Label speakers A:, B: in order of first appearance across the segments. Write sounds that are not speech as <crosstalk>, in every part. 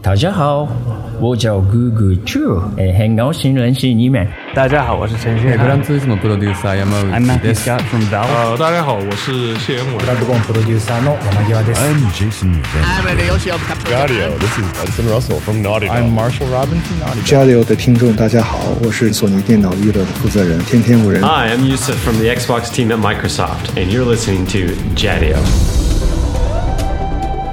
A: 大家好，我叫 Google Chu，哎，很高兴认识你们。
B: 大家好，我是陈旭
C: グランツーリスモプロデューサー山
B: ，I'm
C: 内
B: Matthew
C: です。
B: Scott from Valve。
D: 呃，大家好，我是谢元伟。
E: I'm Jason Van.
F: J 流的听众，大家好，我是索尼电脑娱乐的负责人天天五人。
G: Hi, I'm Yusuf from the Xbox team at Microsoft, and you're listening to Jadio.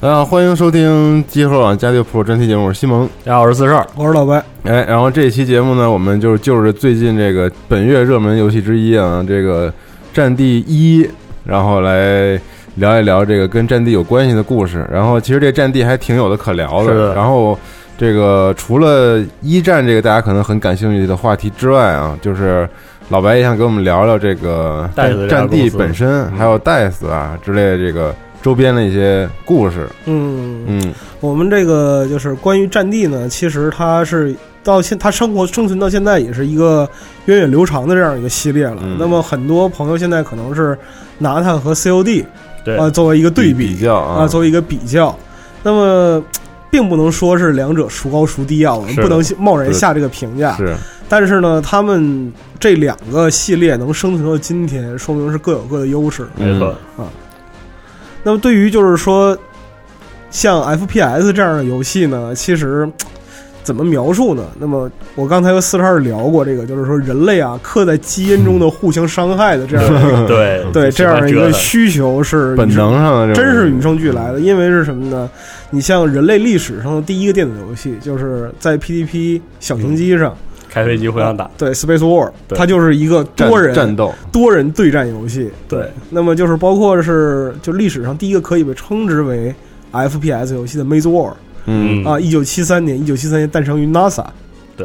H: 啊，欢迎收听集合网家庭 Pro 专题节目，我是西蒙。
B: 大家好，我是四十二。
F: 我是老白，
H: 哎，然后这一期节目呢，我们就是就着最近这个本月热门游戏之一啊，这个《战地一》，然后来聊一聊这个跟《战地》有关系的故事。然后其实这《战地》还挺有的可聊的。
B: 是的
H: 然后这个除了一战这个大家可能很感兴趣的话题之外啊，就是老白也想跟我们聊聊这个
B: 戴斯这
H: 《
B: 家
H: 战地
B: 公》司嗯
H: 本身，还有戴斯啊之类的这个周边的一些故事。
I: 嗯，
H: 嗯，
I: 我们这个就是关于战地呢，其实它是到现它生活生存到现在也是一个源远流长的这样一个系列了。
H: 嗯
I: 那么很多朋友现在可能是拿它和 COD
B: 对
I: 啊、作为一个对比
H: 比较
I: 啊、作为一个比较，那么。并不能说是两者孰高孰低啊，我们
H: 是的
I: 不能贸然
H: 是的
I: 下这个评价。
H: 是，
I: 但是呢，他们这两个系列能生存到今天，说明是各有各的优势。
H: 没错，
I: 那么对于就是说，像 FPS 这样的游戏呢，其实怎么描述呢？那么我刚才和四十二聊过这个，就是说人类啊刻在基因中的互相伤害的这样
H: <laughs>
I: 的一个
B: 对
I: 嗯对这样的一个
B: 折腾
I: 需求是
H: 本
I: 与生
H: 能上的这种，
I: 真是与生俱来的。因为是什么呢？你像人类历史上的第一个电子游戏，就是在 PDP 小型机上，
H: 嗯
B: 开飞机互相打，
I: 对 Space War，
B: 对
I: 它就是一个
H: 战
I: 多人
H: 战斗，
I: 多人对战游戏。
B: 对，
I: 那么就是包括是就历史上第一个可以被称之为 FPS 游戏的《Maze War》
H: 嗯，
I: 啊，一九七三年，一九七三年诞生于 NASA，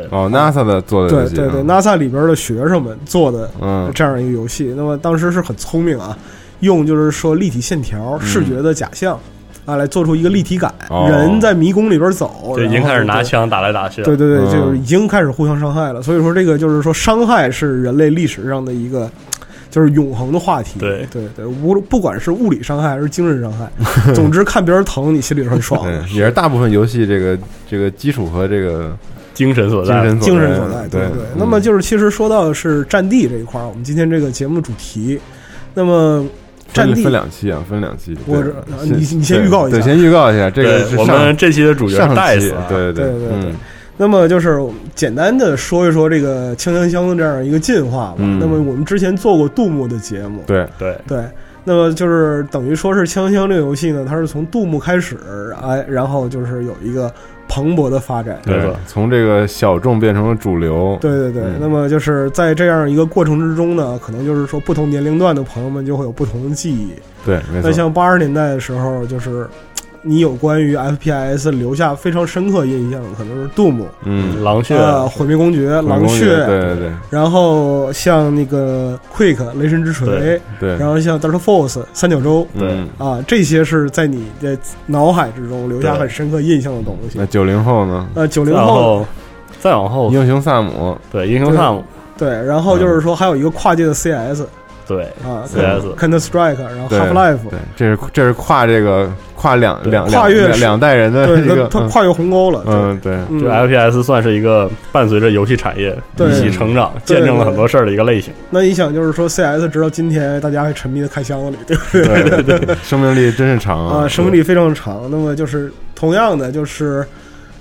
H: 哦，NASA 的做的
I: 对
H: 游戏，
I: 对对
H: 嗯
I: ，NASA 里边的学生们做的
H: 嗯，
I: 这样一个游戏。那么当时是很聪明啊，用就是说立体线条、视觉的假象啊，来做出一个立体感。
H: 哦
I: 人在迷宫里边走，
B: 就已经
I: 然后
B: 开始拿
I: 对
B: 枪打来打去了。
I: 对对对，
H: 嗯
I: 就是已经开始互相伤害了。所以说，这个就是说，伤害是人类历史上的一个，就是永恒的话题。
B: 对
I: 对对，无论不管是物理伤害还是精神
H: <laughs>
I: 伤害，总之看别人疼，你心里是很爽
H: 对
I: 的，。
H: 嗯也是大部分游戏这个这个基础和这个
B: 精神所
H: 精
B: 在。
H: 神
I: 精神所
H: 所
I: 在，
H: 对
I: 对那么
H: 嗯
I: 就是，其实说到是战地这一块儿，我们今天这个节目主题，那么战
H: 嗯分
I: 地
H: 分两期啊，分两期，对
I: 我这你你先
H: 对
I: 预告一下
H: 对，先预告一下，这个是
B: 对，我
H: 上
B: 们这期的主角
H: 上
B: 是戴
H: 期
B: 斯啊，，
H: 对对
I: 对对对
H: 嗯，
I: 那么就是简单的说一说这个枪枪枪的这样一个进化吧。
H: 嗯
I: 那么我们之前做过杜牧的节目，
H: 对，
B: 对
I: 对，那么就是等于说是枪枪这个游戏呢，它是从杜牧开始，哎，然后就是有一个蓬勃的发展。
B: 没
H: 对
B: 错，
H: 从这个小众变成了主流，
I: 对对对，
H: 嗯
I: 那么就是在这样一个过程之中呢，可能就是说不同年龄段的朋友们就会有不同的记忆。
H: 对，没
I: 那
H: 错，
I: 像八十年代的时候，就是你有关于 FPS 留下非常深刻印象的，可能是杜牧、
H: 嗯，
B: 狼血
I: 呃、毁灭公爵、狼
H: 公爵对
I: 血，
H: 对对
I: 然后像那个 Quick 雷神之锤
B: 对，
H: 对，
I: 然后像 Delta Force 三角洲，
H: 嗯，
I: 啊，这些是在你的脑海之中留下很深刻印象的东西
H: 那。九零后呢？
I: 呃，九零
B: 然
I: 后
B: 后再往后，
H: 英雄萨姆，
B: 对英雄
I: 对
B: 萨姆，
I: 对，然后就是说还有一个跨界的 CS
B: 对
I: 啊
B: CS
I: Counter Strike，然后
H: 对
I: Half Life，
H: 对，这是这是跨这个跨两
B: 对
H: 两
I: 跨越
H: 两两代人的
I: 对，
H: 一
I: 它
H: 个
I: 它
H: 嗯
I: 跨越鸿沟了。
H: 嗯对，
I: 对，
B: 就
I: 嗯，
B: FPS 算是一个伴随着游戏产业
I: 对
B: 一起成长、
I: 对
B: 见证了很多事儿的一个类型。
I: 那你想就是说 CS 直到今天，大家还沉迷的开箱子里，对吧
H: 对对对，生命力真是长
B: 嗯
I: 啊，生命力非常长。那么就是同样的，就是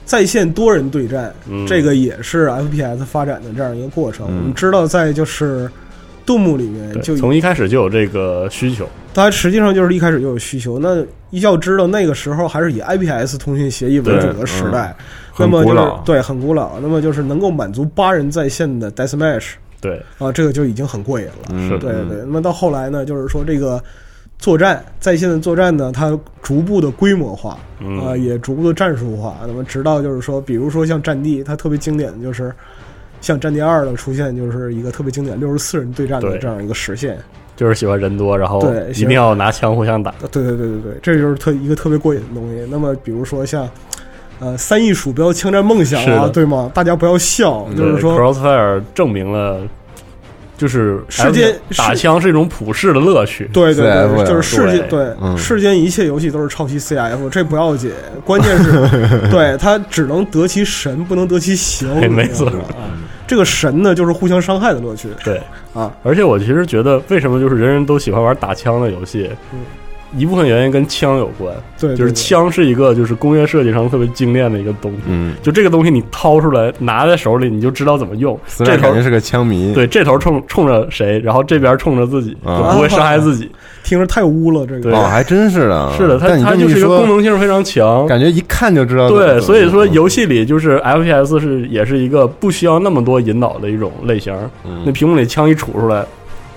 I: 在线多人对战，
B: 嗯，
I: 这个也是 FPS 发展的这样一个过程。
H: 嗯
I: 我们知道，在就是杜牧里面
B: 对
I: 就已
B: 从一开始就有这个需求，
I: 它实际上就是一开始就有需求。那要知道那个时候还是以 IPS 通信协议为主的时代，
H: 对嗯
I: 那么
H: 很
I: 就
H: 古
I: 是
H: 老
I: 对很古老，那么就是能够满足八人在线的 Deathmatch，
B: 对
I: 啊，这个就已经很过瘾了。
H: 嗯
I: 对对对，那么到后来呢，就是说这个作战在线的作战呢，它逐步的规模化，啊、
B: 嗯
I: 也逐步的战术化。那么直到就是说，比如说像战地，它特别经典的就是。像《战地二》的出现，就是一个特别经典六十四人对战的
B: 对
I: 这样一个实现。
B: 就是喜欢人多，然后
I: 对
B: 一
I: 喜欢
B: 定要拿枪互相打。
I: 啊对对对对对，这就是特一个特别过瘾的东西。那么比如说像，呃，三亿鼠标枪战梦想
B: 是
I: 啊，
B: 的嗯
I: 对吗？大家不要笑，就
B: 对
I: 是说，
B: Crossfire 证明了，就是
I: 世界
B: F- 打枪是一种普世的乐趣。
I: 对对
H: CF
I: 对，
H: 呀
I: 就是世界
B: 对
I: 对
H: 嗯
I: 世间一切游戏都是抄袭 CF，这不要紧，关键是
B: <laughs>
I: 对它只能得其神，不能得其形。
B: 哎没错
I: 你知道吗啊，这个神呢，就是互相伤害的乐趣。
B: 对
I: 啊，
B: 而且我其实觉得，为什么就是人人都喜欢玩打枪的游戏，一部分原因跟枪有关，
I: 嗯对，
B: 就是
I: 对
B: 枪是一个就是工业设计上特别精炼的一个东西。
H: 嗯，
B: 就这个东西，你掏出来拿在手里，你就知道怎么用。
H: 斯
B: 这
H: 然肯
B: 头
H: 定是个枪迷，哦
B: 对，这头冲冲着谁，然后这边冲着自己，
H: 啊
B: 就不会伤害自己。
I: 听着太污了，这个
B: 对
H: 哦，还真是的，
B: 是的，它
H: 但你
B: 它
H: 这么
B: 就是一个
H: 说
B: 功能性非常强。
H: 感觉一看就知道怎么做。
B: 对，所以
H: 嗯
B: 说游戏里就是 FPS 是也是一个不需要那么多引导的一种类型。
H: 嗯
B: 那屏幕里枪一杵出来，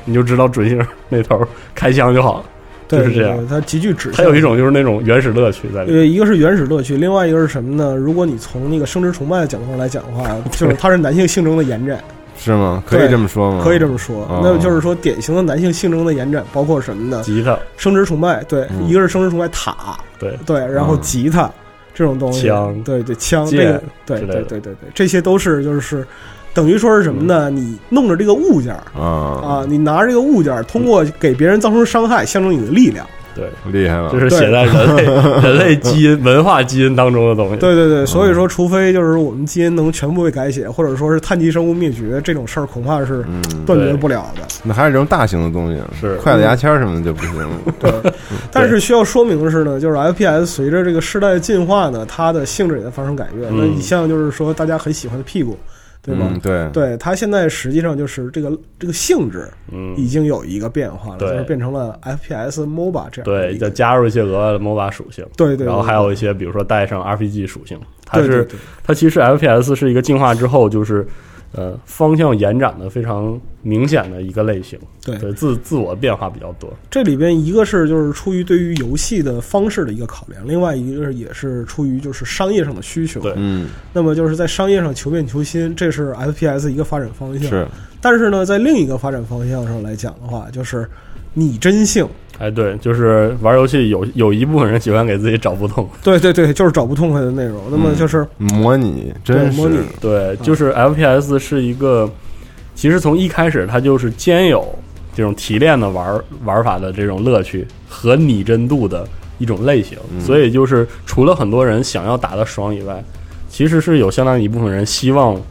B: 你就知道准星那头开枪就好了。
I: 对
B: 就是这样
I: 对对它极具指向。
B: 它有一种就是那种原始乐趣在里面。
I: 呃，一个是原始乐趣，另外一个是什么呢？如果你从那个生殖崇拜的角度上来讲的话，就是它是男性性征的延展，
H: 是吗？可以
I: 对
H: 这么
B: 嗯
H: 说吗？
I: 可以这么说。
H: 哦
I: 那就是说，典型的男性性征的延展包括什么呢？
B: 吉他、
I: 生殖崇拜，对，
H: 嗯
I: 一个是生殖崇拜塔，
B: 对
I: 对，然后
H: 嗯
I: 吉他、这种东西，
B: 枪
I: 对对，枪这
B: 剑
I: 个，对
B: 之
I: 对
B: 类
I: 对
B: 的
I: 对对，这些都是就是等于说是什么呢？
B: 嗯
I: 你弄着这个物件儿
H: 啊
I: 啊，你拿着这个物件儿，通过给别人造成伤害，象征你的力量。
B: 对，
H: 厉害了，
B: 这是写在人类人类基因文化基因当中的东西。
I: 对对对，所以说，除非就是我们基因能全部被改写，或者说是碳基生物灭绝这种事儿，恐怕是
H: 嗯，
I: 断绝不了的。
H: 那还是这种大型的东西，啊
B: 是
H: 筷子牙签儿什么的就不行。
I: 但是需要说明的是呢，就是 FPS 随着这个世代的进化呢，它的性质也在发生改变。那
B: 嗯
I: 你像就是说大家很喜欢的屁股，对吧？
H: 嗯，对，
I: 对它现在实际上就是这个这个性质已
B: 嗯，
I: 经有一个变化了，
B: 对
I: 就是变成了 FPS MOBA 这样的
B: 对，
I: 一
B: 再
I: 个
B: 加入一些额外的 MOBA 属性。
I: 嗯对对对
B: 然后还有一些，比如说带上 RPG 属性，它
I: 对对
B: 是
I: 对
B: 它其实 FPS 是一个进化之后，就是呃方向延展的非常明显的一个类型，
I: 对
B: 对自自我变化比较多，
I: 这里边一个是就是出于对于游戏的方式的一个考量，另外一个是也是出于就是商业上的需求。
B: 对
H: 嗯，
I: 那么就是在商业上求变求新，这是 FPS 一个发展方向。
H: 是，
I: 但是呢，在另一个发展方向上来讲的话，就是拟真性。
B: 哎，对，就是玩游戏有有一部分人喜欢给自己找不同，
I: 对对对，就是找不痛快的内容。那么就是、
H: 模拟
I: 对
H: 真
I: 模拟
H: 实，
B: 对，就是 FPS 是一个，其实从一开始它就是兼有这种提炼的玩玩法的这种乐趣和拟真度的一种类型，
H: 嗯
B: 所以就是除了很多人想要打的爽以外，其实是有相当一部分人希望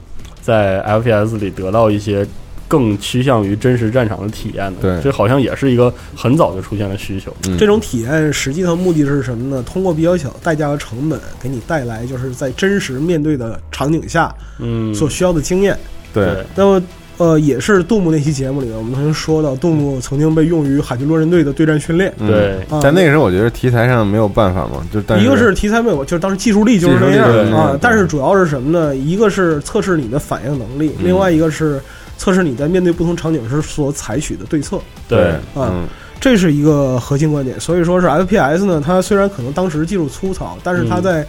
B: 在 FPS 里得到一些。更趋向于真实战场的体验的，
H: 对
B: 这好像也是一个很早就出现的需求。
H: 嗯
I: 这种体验，实际上目的是什么呢？通过比较小的代价和成本，给你带来就是在真实面对的场景下
B: 嗯，
I: 所需要的经验。
H: 对，
I: 那么，呃，也是杜牧那期节目里面，我们曾经说到，杜牧曾经被用于海军陆战队的对战训练。
H: 嗯
B: 对
I: 啊
H: 但那个时候我觉得题材上没有办法嘛，就但
I: 一个是题材没有，就是当时技术力就是那样
H: 技术力就是那样
I: 啊。但是主要是什么呢？一个是测试你的反应能力，
H: 嗯
I: 另外一个是测试你在面对不同场景时所采取的对策，
H: 对
B: 对，，
H: 嗯
I: 啊这是一个核心观点。所以说是 FPS 呢，它虽然可能当时技术粗糙，但是它
B: 嗯
I: 在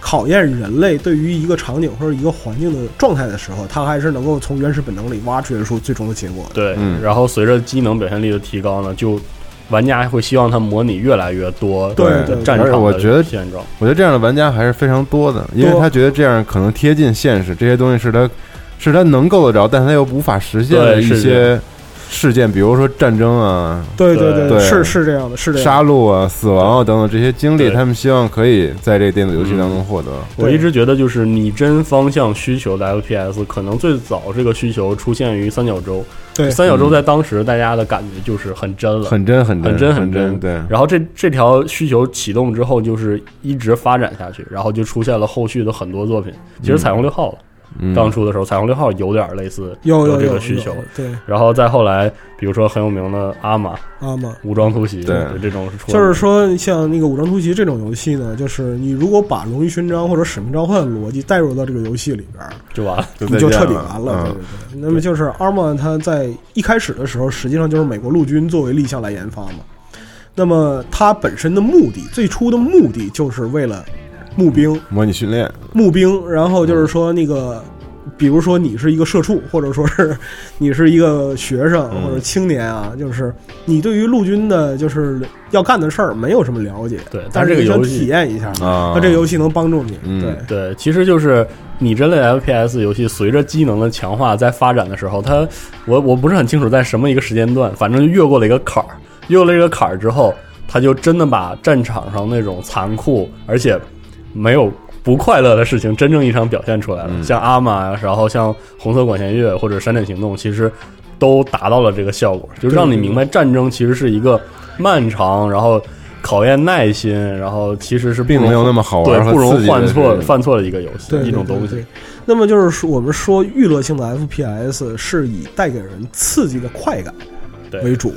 I: 考验人类对于一个场景或者一个环境的状态的时候，它还是能够从原始本能里挖掘出最终的结果的。
B: 对，
H: 嗯
B: 然后随着机能表现力的提高呢，就玩家会希望它模拟越来越多
I: 对
B: 的
I: 对对
B: 战
H: 而且
B: 场
H: 我觉得
B: 的现状。
H: 我觉得这样的玩家还是非常多的，因为
I: 多
H: 他觉得这样可能贴近现实，这些东西是他是他能够得着，但他又无法实现的
B: 对
H: 一
B: 是这
H: 些事件，比如说战争啊、
I: 对对
B: 对
H: 对
I: 是是这样的，是这样的。
H: 杀戮啊、死亡啊等等这些经历，
B: 对嗯
H: 他们希望可以在这个电子游戏当中获得。
B: 我一直觉得，就是拟真方向需求的 FPS，可能最早这个需求出现于三角洲。
I: 对
B: 三角洲在当时大家的感觉就是很真了，
H: 嗯很真，很真，
B: 很真
H: 很
B: 很真
H: 对，
B: 然后这这条需求启动之后，就是一直发展下去，然后就出现了后续的很多作品。其实彩虹六号了，
H: 嗯
B: 刚出的时候，彩虹六号有点类似
I: 有有
B: 这
I: 有
B: 个需
I: 有
B: 求。
I: 对
B: 然后再后来，比如说很有名的阿玛
I: 阿玛
B: 武装突袭，
H: 对
B: 这种是出
I: 就是说，像那个《武装突袭》这种游戏呢，就是你如果把荣誉勋章或者使命召唤的逻辑带入到这个游戏里边儿，
B: 就完了。
H: 就
I: 你
H: 再
I: 就
H: 见
I: 彻底完了。
H: 嗯
I: 对对对。那么就是 ARMA 它在一开始的时候，实际上就是美国陆军作为立项来研发嘛。那么它本身的目的，最初的目的就是为了募兵，
H: 模拟训练，
I: 募兵，然后就是说那个，比如说你是一个社畜，或者说是你是一个学生
H: 嗯
I: 或者青年啊，就是你对于陆军的就是要干的事儿没有什么了解，
B: 对
I: 但
B: 但是
I: 是你
B: 这个
I: 想
B: 游戏
I: 体验一下，
H: 啊
I: 那这个游戏能帮助你，
H: 嗯
I: 对。
B: 对，其实就是拟真类 FPS 游戏，随着机能的强化，在发展的时候，它我我不是很清楚在什么一个时间段，反正就越过了一个坎儿，越过了一个坎儿之后，它就真的把战场上那种残酷而且没有不快乐的事情，真正意义上表现出来了。
H: 嗯
B: 像阿玛，然后像红色管弦乐或者闪点行动，其实都达到了这个效果，就让你明白战争其实是一个漫长，然后。考验耐心，然后其实是不
H: 并没
B: 容
H: 有那么好
B: 对
H: 玩，和
B: 不容
H: 哦刺激的
B: 犯错
H: 事情
B: 犯错的一个游戏
I: 对
B: 一种
I: 对
B: 东
I: 对
B: 西。
I: 那么就是说，我们说娱乐性的 FPS 是以带给人刺激的快感
B: 对
I: 为主。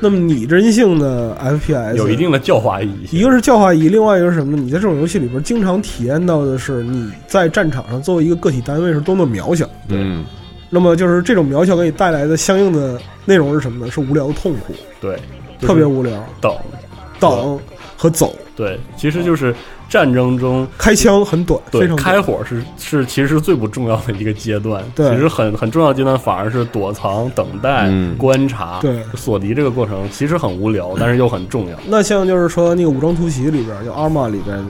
I: 那么拟真性的 FPS
B: 有一定的教化意义。
I: 一个是教化仪，另外一个是什么呢？你在这种游戏里边经常体验到的是，你在战场上作为一个个体单位是多么渺小。
H: 嗯，
I: 那么就是这种渺小给你带来的相应的内容是什么呢？是无聊的痛苦，
B: 对，
I: 特别无聊，
B: 等
I: 挡和走，
B: 对，其实就是战争中。
I: 开枪很短，非
B: 对，
I: 常
B: 开
I: 短。
B: 火是是其实是最不重要的一个阶段，
I: 对
B: 其实很很重要的阶段反而是躲藏、等待、
H: 嗯
B: 观察、
I: 对
B: 锁敌这个过程，其实很无聊，但是又很重
H: <laughs>
B: 要。
I: 那像就是说那个武装突袭里边，就阿玛里边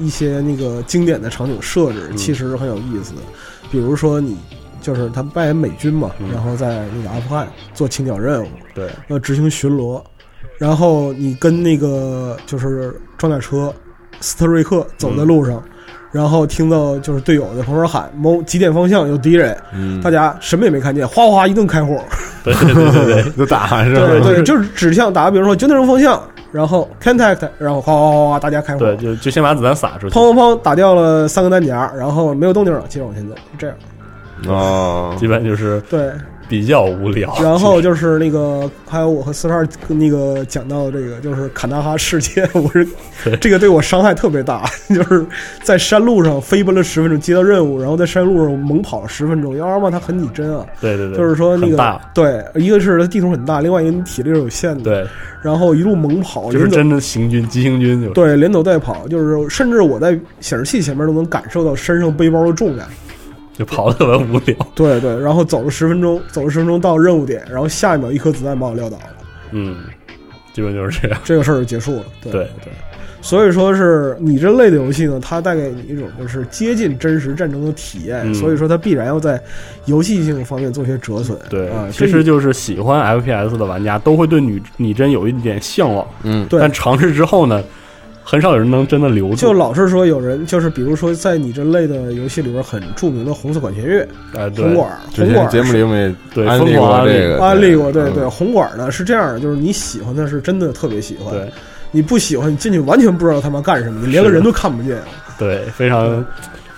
I: 一些那个经典的场景设置，其实是很有意思的。比如说你就是他扮演美军嘛，然后在那个阿富汗做清剿任务，
B: 对，
I: 呃执行巡逻，然后你跟那个就是装甲车斯特瑞克走在路上，然后听到就是队友在旁边喊某几点方向有敌人，大家什么也没看见，哗哗一顿开火，
B: 对对对对对，
H: <laughs> 就打是吧？
I: 对对， <laughs> 就是指向打，比如说军队方向，然后 contact，然后哗哗哗哗大家开火，
B: 对就就先把子弹撒出去，
I: 砰砰砰打掉了三个弹夹，然后没有动静了，接着往前走，就这样。
B: <laughs>
H: 哦，
B: 基本就是
I: 对，
B: 比较无聊。
I: 然后就是那个，还有我和四十二那个讲到这个，就是坎大哈事件， <laughs> 我是
B: 对
I: 这个对我伤害特别大， <laughs> 就是在山路上飞奔了十分钟，接到任务，然后在山路上猛跑了十分钟，要不然嘛，它很拟真啊。
B: 对对对，
I: 就是说那
B: 很
I: 个
B: 大，
I: 对，一个是它地图很大，另外一个你体力是有限的，
B: 对，
I: 然后一路猛跑，
B: 就是
I: 连走
B: 真的行军、急行军，就是
I: 对，连走带跑，就是甚至我在显示器前面都能感受到身上背包的重量。
B: 就跑得特别无聊。
I: 对对，然后走了十分钟，走了十分钟到任务点，然后下一秒一颗子弹把我撂倒了，
B: 嗯，基本就是这样。
I: 这个事儿就结束了。对
B: 对
I: 所以说是你这类的游戏呢，它带给你一种就是接近真实战争的体验，
B: 嗯
I: 所以说它必然要在游戏性方面做些折损。
B: 对，
I: 啊，
B: 其实就是喜欢 FPS 的玩家都会对女拟真有一点向往，
H: 嗯，
I: 对
B: 但尝试之后呢，很少有人能真的留住。
I: 就老是说有人就是比如说在你这类的游戏里边很著名的红色管弦乐、
B: 哎，对
I: 红管儿、
H: 之
I: 红管
H: 前
I: 儿
H: 节目里
I: 是。
H: 我们也
B: 对
H: 安利
B: 疯狂
H: 过
B: 安利
H: 这
B: <laughs>
H: 个，
I: 安啊利过，对对，
H: 嗯
I: 红管儿呢是这样的，就是你喜欢的是真的特别喜欢，
B: 对
I: 你不喜欢，你进去完全不知道他妈干什么，你连个
B: 是
I: 人都看不见。
B: 对，非常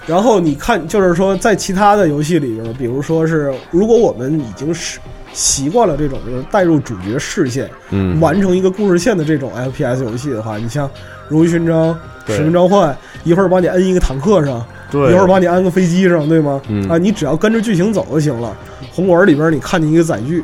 I: 然后你看，就是说在其他的游戏里边，比如说是，如果我们已经是习惯了这种就是带入主角视线，
H: 嗯
I: 完成一个故事线的这种 FPS 游戏的话，你像《荣誉勋章》《
B: 对
I: 使命召唤》，一会儿把你摁一个坦克上，
B: 对。
I: 一会儿把你安个飞机上，对吗？
H: 嗯
I: 啊，你只要跟着剧情走就行了。红管里边你看见一个载具，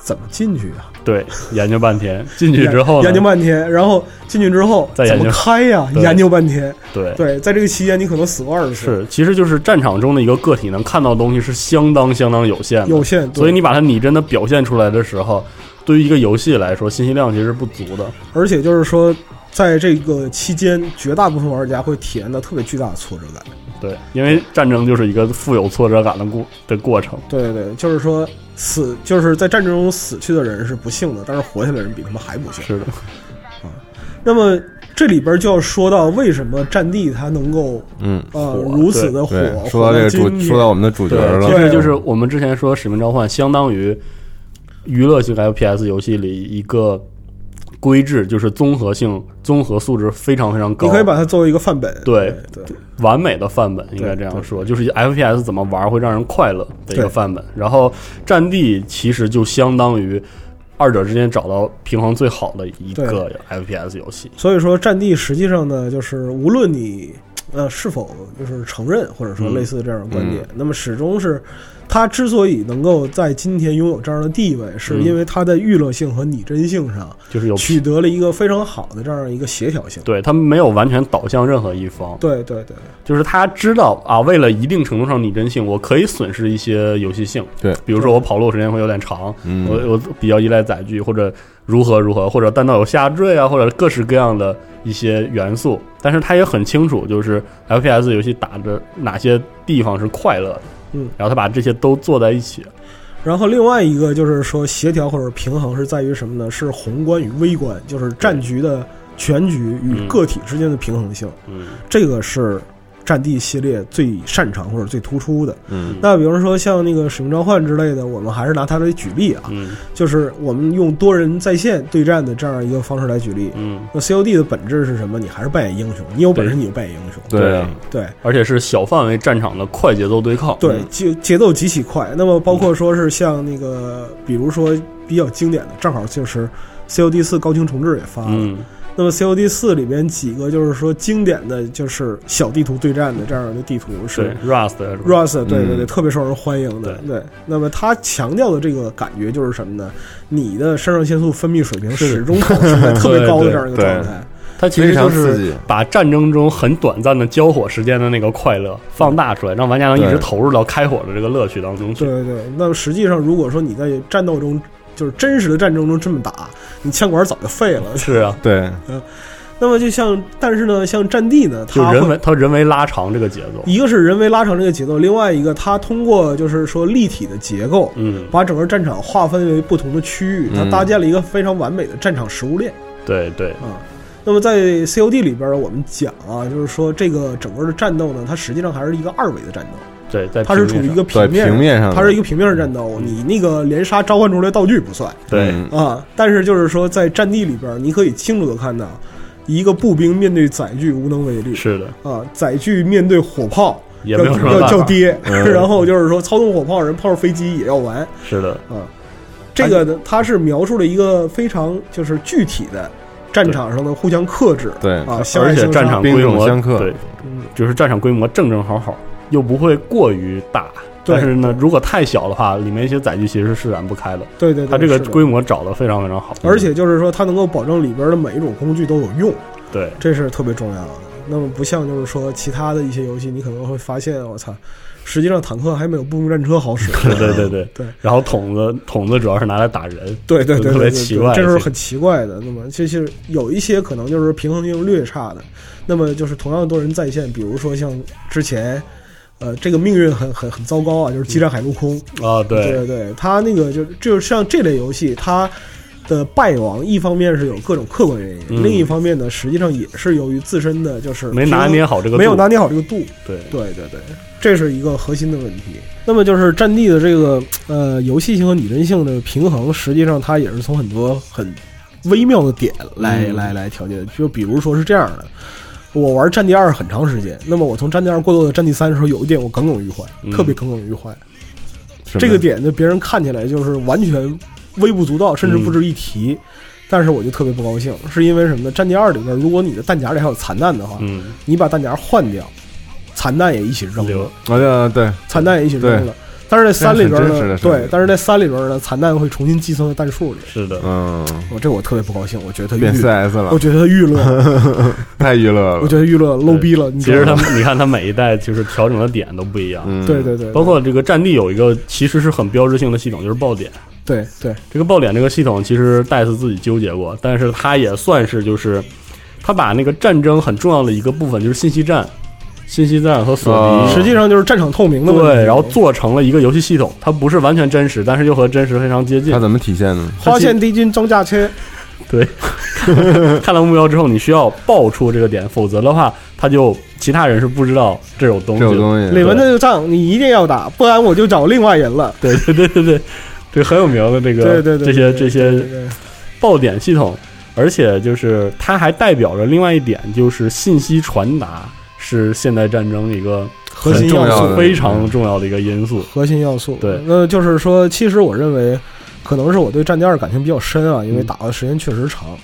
I: 怎么进去啊？
B: 对研究
I: <laughs>
B: 半天，进去之后呢
I: 研究半天，然后进去之后
B: 再
I: 怎
B: 研究
I: 么开呀、
B: 对
I: 研究半天。
B: 对
I: 对，在这个期间你可能死过二十次，
B: 是，其实就是战场中的一个个体能看到的东西是相当相当有限的，
I: 有限。对
B: 所以你把它拟真的表现出来的时候，对于一个游戏来说，信息量其实是不足的。
I: 而且就是说，在这个期间，绝大部分玩家会体验到特别巨大的挫折感。
B: 对，因为战争就是一个富有挫折感的过的过程。
I: 对对对，就是说死，就是在战争中死去的人是不幸的，但是活下来的人比他们还不幸。
B: 是的，
I: 那么这里边就要说到为什么战地它能够
H: 嗯，
I: 呃如此的火
H: 对，，说到
I: 火
H: 这个
I: 今
H: 主，
I: 天
H: 说到我们的主角
B: 其
H: 了，
B: 实就是我们之前说《使命召唤》相当于娱乐性 FPS 游戏里一个规制就是综合性、综合素质非常非常高。
I: 你可以把它作为一个范本，
B: 对
I: 对
B: 完美的范本，应该这样说，就是 FPS 怎么玩会让人快乐的一个范本。然后战地其实就相当于二者之间找到平衡最好的一个 FPS 游戏。
I: 所以说，战地实际上呢，就是无论你呃是否就是承认或者说类似这样的观点，
H: 嗯
I: 那么始终是它之所以能够在今天拥有这样的地位，是因为它在娱乐性和拟真性上
B: 嗯就是有
I: 取得了一个非常好的这样一个协调性。
B: 对他们没有完全导向任何一方，
I: 对对对，
B: 就是他知道啊，为了一定程度上拟真性，我可以损失一些游戏性。
H: 对
B: 比如说我跑路时间会有点长，
H: 嗯
B: 我我比较依赖载具或者如何如何，或者弹道有下坠啊，或者各式各样的一些元素。但是他也很清楚，就是 FPS 游戏打着哪些地方是快乐的，
I: 嗯，
B: 然后他把这些都做在一起。
I: 然后另外一个就是说协调或者平衡是在于什么呢？是宏观与微观，就是战局的全局与个体之间的平衡性。
B: 嗯
I: 这个是战地系列最擅长或者最突出的。
H: 嗯
I: 那比如说像那个《使命召唤》之类的，我们还是拿它来举例啊，
B: 嗯
I: 就是我们用多人在线对战的这样一个方式来举例。
B: 嗯，
I: 那 COD 的本质是什么？你还是扮演英雄，你有本事你就扮演英雄。
H: 对啊，
I: 对，
B: 而且是小范围战场的快节奏对抗。
I: 对，节节奏极其快。那么包括说是像那个，比如说比较经典的，正好就是 COD 四高清重置也发了。
B: 嗯，
I: 那么 COD 四里边几个就是说经典的就是小地图对战的这样的地图
B: 对
I: 是。
B: ，Rust 啊
I: Rust，对对对，
H: 嗯
I: 特别受人欢迎的。对，那么它强调的这个感觉就是什么呢？你的肾上腺素分泌水平
B: 是
I: 始终保持在特别高的
B: 对
I: 这样一个
H: 对
I: 状态。
B: 它其实就
H: 非常刺激
B: 是把战争中很短暂的交火时间的那个快乐放大出来，让玩家能一直
H: 对
B: 投入到开火的这个乐趣当中去。
I: 对对对，那么实际上，如果说你在战斗中，就是真实的战争中这么打，你枪管早就废了。
B: 是啊，
H: 对，
I: 那么就像，但是呢，像战地呢，
B: 就
I: 它
B: 人
I: 会
B: 为它人为拉长这个节奏。
I: 一个是人为拉长这个节奏，另外一个它通过就是说立体的结构，
B: 嗯，
I: 把整个战场划分为不同的区域，它
H: 嗯
I: 搭建了一个非常完美的战场食物链
B: 对对，
I: 啊。那么在 COD 里边，我们讲啊，就是说这个整个的战斗呢，它实际上还是一个二维的战斗，
B: 对，在
I: 它是处于一个
H: 在
I: 面，
H: 平面上的，
I: 它是一个平面的战
B: 嗯
I: 斗，你那个连杀召唤出来道具不算，
B: 对
H: 嗯
I: 啊，但是就是说，在战地里边儿，你可以清楚的看到，一个步兵面对载具无能为力，
B: 是的，
I: 啊，载具面对火炮
B: 也
I: 要
B: 没有什么
I: 要
B: 办法
I: 叫爹，
H: 嗯
I: <laughs> 然后就是说操纵火炮人炮飞机也要玩
B: 是的，
I: 啊。这个
B: 哎
I: 呢，它是描述了一个非常就是具体的战场上的互相克制，
H: 对
I: 啊，相爱
B: 嗯而且
I: 相
B: 战
I: 杀
B: 场
H: 兵
B: 规
H: 种
B: 模
H: 相克
B: 对，就是战场规模正正好好，又不会过于大。
I: 对
B: 但是呢，如果太小的话，里面一些载具其实是施展不开的。
I: 对对对，
B: 它这个
I: 是的
B: 规。模嗯找的非常非常好，
I: 而且就是说，它能够保证里边的每一种工具都有用，
B: 对
I: 这是特别重要的。那么不像就是说其他的一些游戏，你可能会发现，我操，实际上坦克还没有步兵战车好使。
B: <laughs> 对对对对
I: 对
B: 然后筒子筒子主要是拿来打人，
I: <laughs> 对对对，
B: 特别
I: 对对
B: 奇怪
I: 这是很奇怪的。那么这是有一些可能就是平衡性略差的，那么就是同样多人在线，比如说像之前，呃，这个命运很很很糟糕啊，就是《激战海陆空》
B: 啊，
I: 对对对，它那个就就是像这类游戏，它的败亡，一方面是有各种客观原因，
B: 嗯
I: 另一方面呢，实际上也是由于自身的就是
B: 没拿捏好这个
I: 没有
B: 度
I: 拿捏好这个度。
B: 对
I: 对对对，这是一个核心的问题。那么就是战地的这个呃游戏性和拟真性的平衡，实际上它也是从很多很微妙的点来、
B: 嗯
I: 来来调节的。就比如说是这样的，我玩战地二很长时间，那么我从战地二过渡到战地三的时候，有一点我耿耿于怀，
B: 嗯
I: 特别耿耿于怀。
H: 是
I: 这个
H: 的
I: 点呢，别人看起来就是完全微不足道，甚至不值一提。但是我就特别不高兴，是因为什么呢？战地二里边，如果你的弹夹里还有残弹的话，
B: 嗯，
I: 你把弹夹换掉，残弹也一起扔
B: 留
I: 了，
H: 啊对啊对，
I: 残弹也一起扔了。但是在三里边
H: 这是很真实的，
I: 呢对
H: 是，
I: 但是在三里边呢，残弹会重新寄存到弹数里。
B: 是的，
H: 嗯，
I: 我这我特别不高兴，我觉得他
H: 变
I: 娱
H: CS
I: 我
H: 了，
I: 觉得他娱乐，
H: 太娱乐
I: 我
H: 了，
I: 觉得娱乐 low 逼了。你
B: 其
I: 知
B: 实
I: 道
B: 他
I: 吗
B: 们，你看他每一代就是调整的点都不一样，
H: 嗯，
I: 对对对，
B: 包括这个战地有一个其实是很标志性的系统，就是爆点。
I: 对对
B: 这个爆点这个系统，其实戴斯自己纠结过，但是他也算是就是，他把那个战争很重要的一个部分，就是信息战、信息战和锁
H: 哦
B: 敌，
I: 实际上就是战场透明的问题。
B: 对，然后做成了一个游戏系统，它不是完全真实，但是又和真实非常接近
H: 它。怎么体现呢？
I: 花县敌军装甲车，
B: 对，看到目标之后，你需要爆出这个点，否则的话，他就其他人是不知道这有东西
H: 这
B: 的。
H: 种东
I: 李
H: 西，
I: 文这个仗你一定要打，不然我就找另外人了。
B: 对对对对对，这很有名的这个
I: 对对对，
B: 这些
I: 对对
B: 这
I: 对
B: 些
I: 对
B: 爆点系统。而且就是它还代表着另外一点，就是信息传达是现代战争一个
I: 核
B: 很
I: 心
B: 重
I: 要
B: 要
I: 素
B: 非常重要的一个因素。
I: 核心要素。
B: 对
I: 那就是说，其实我认为，可能是我对《战地二》感情比较深啊，因为打的时间确实长。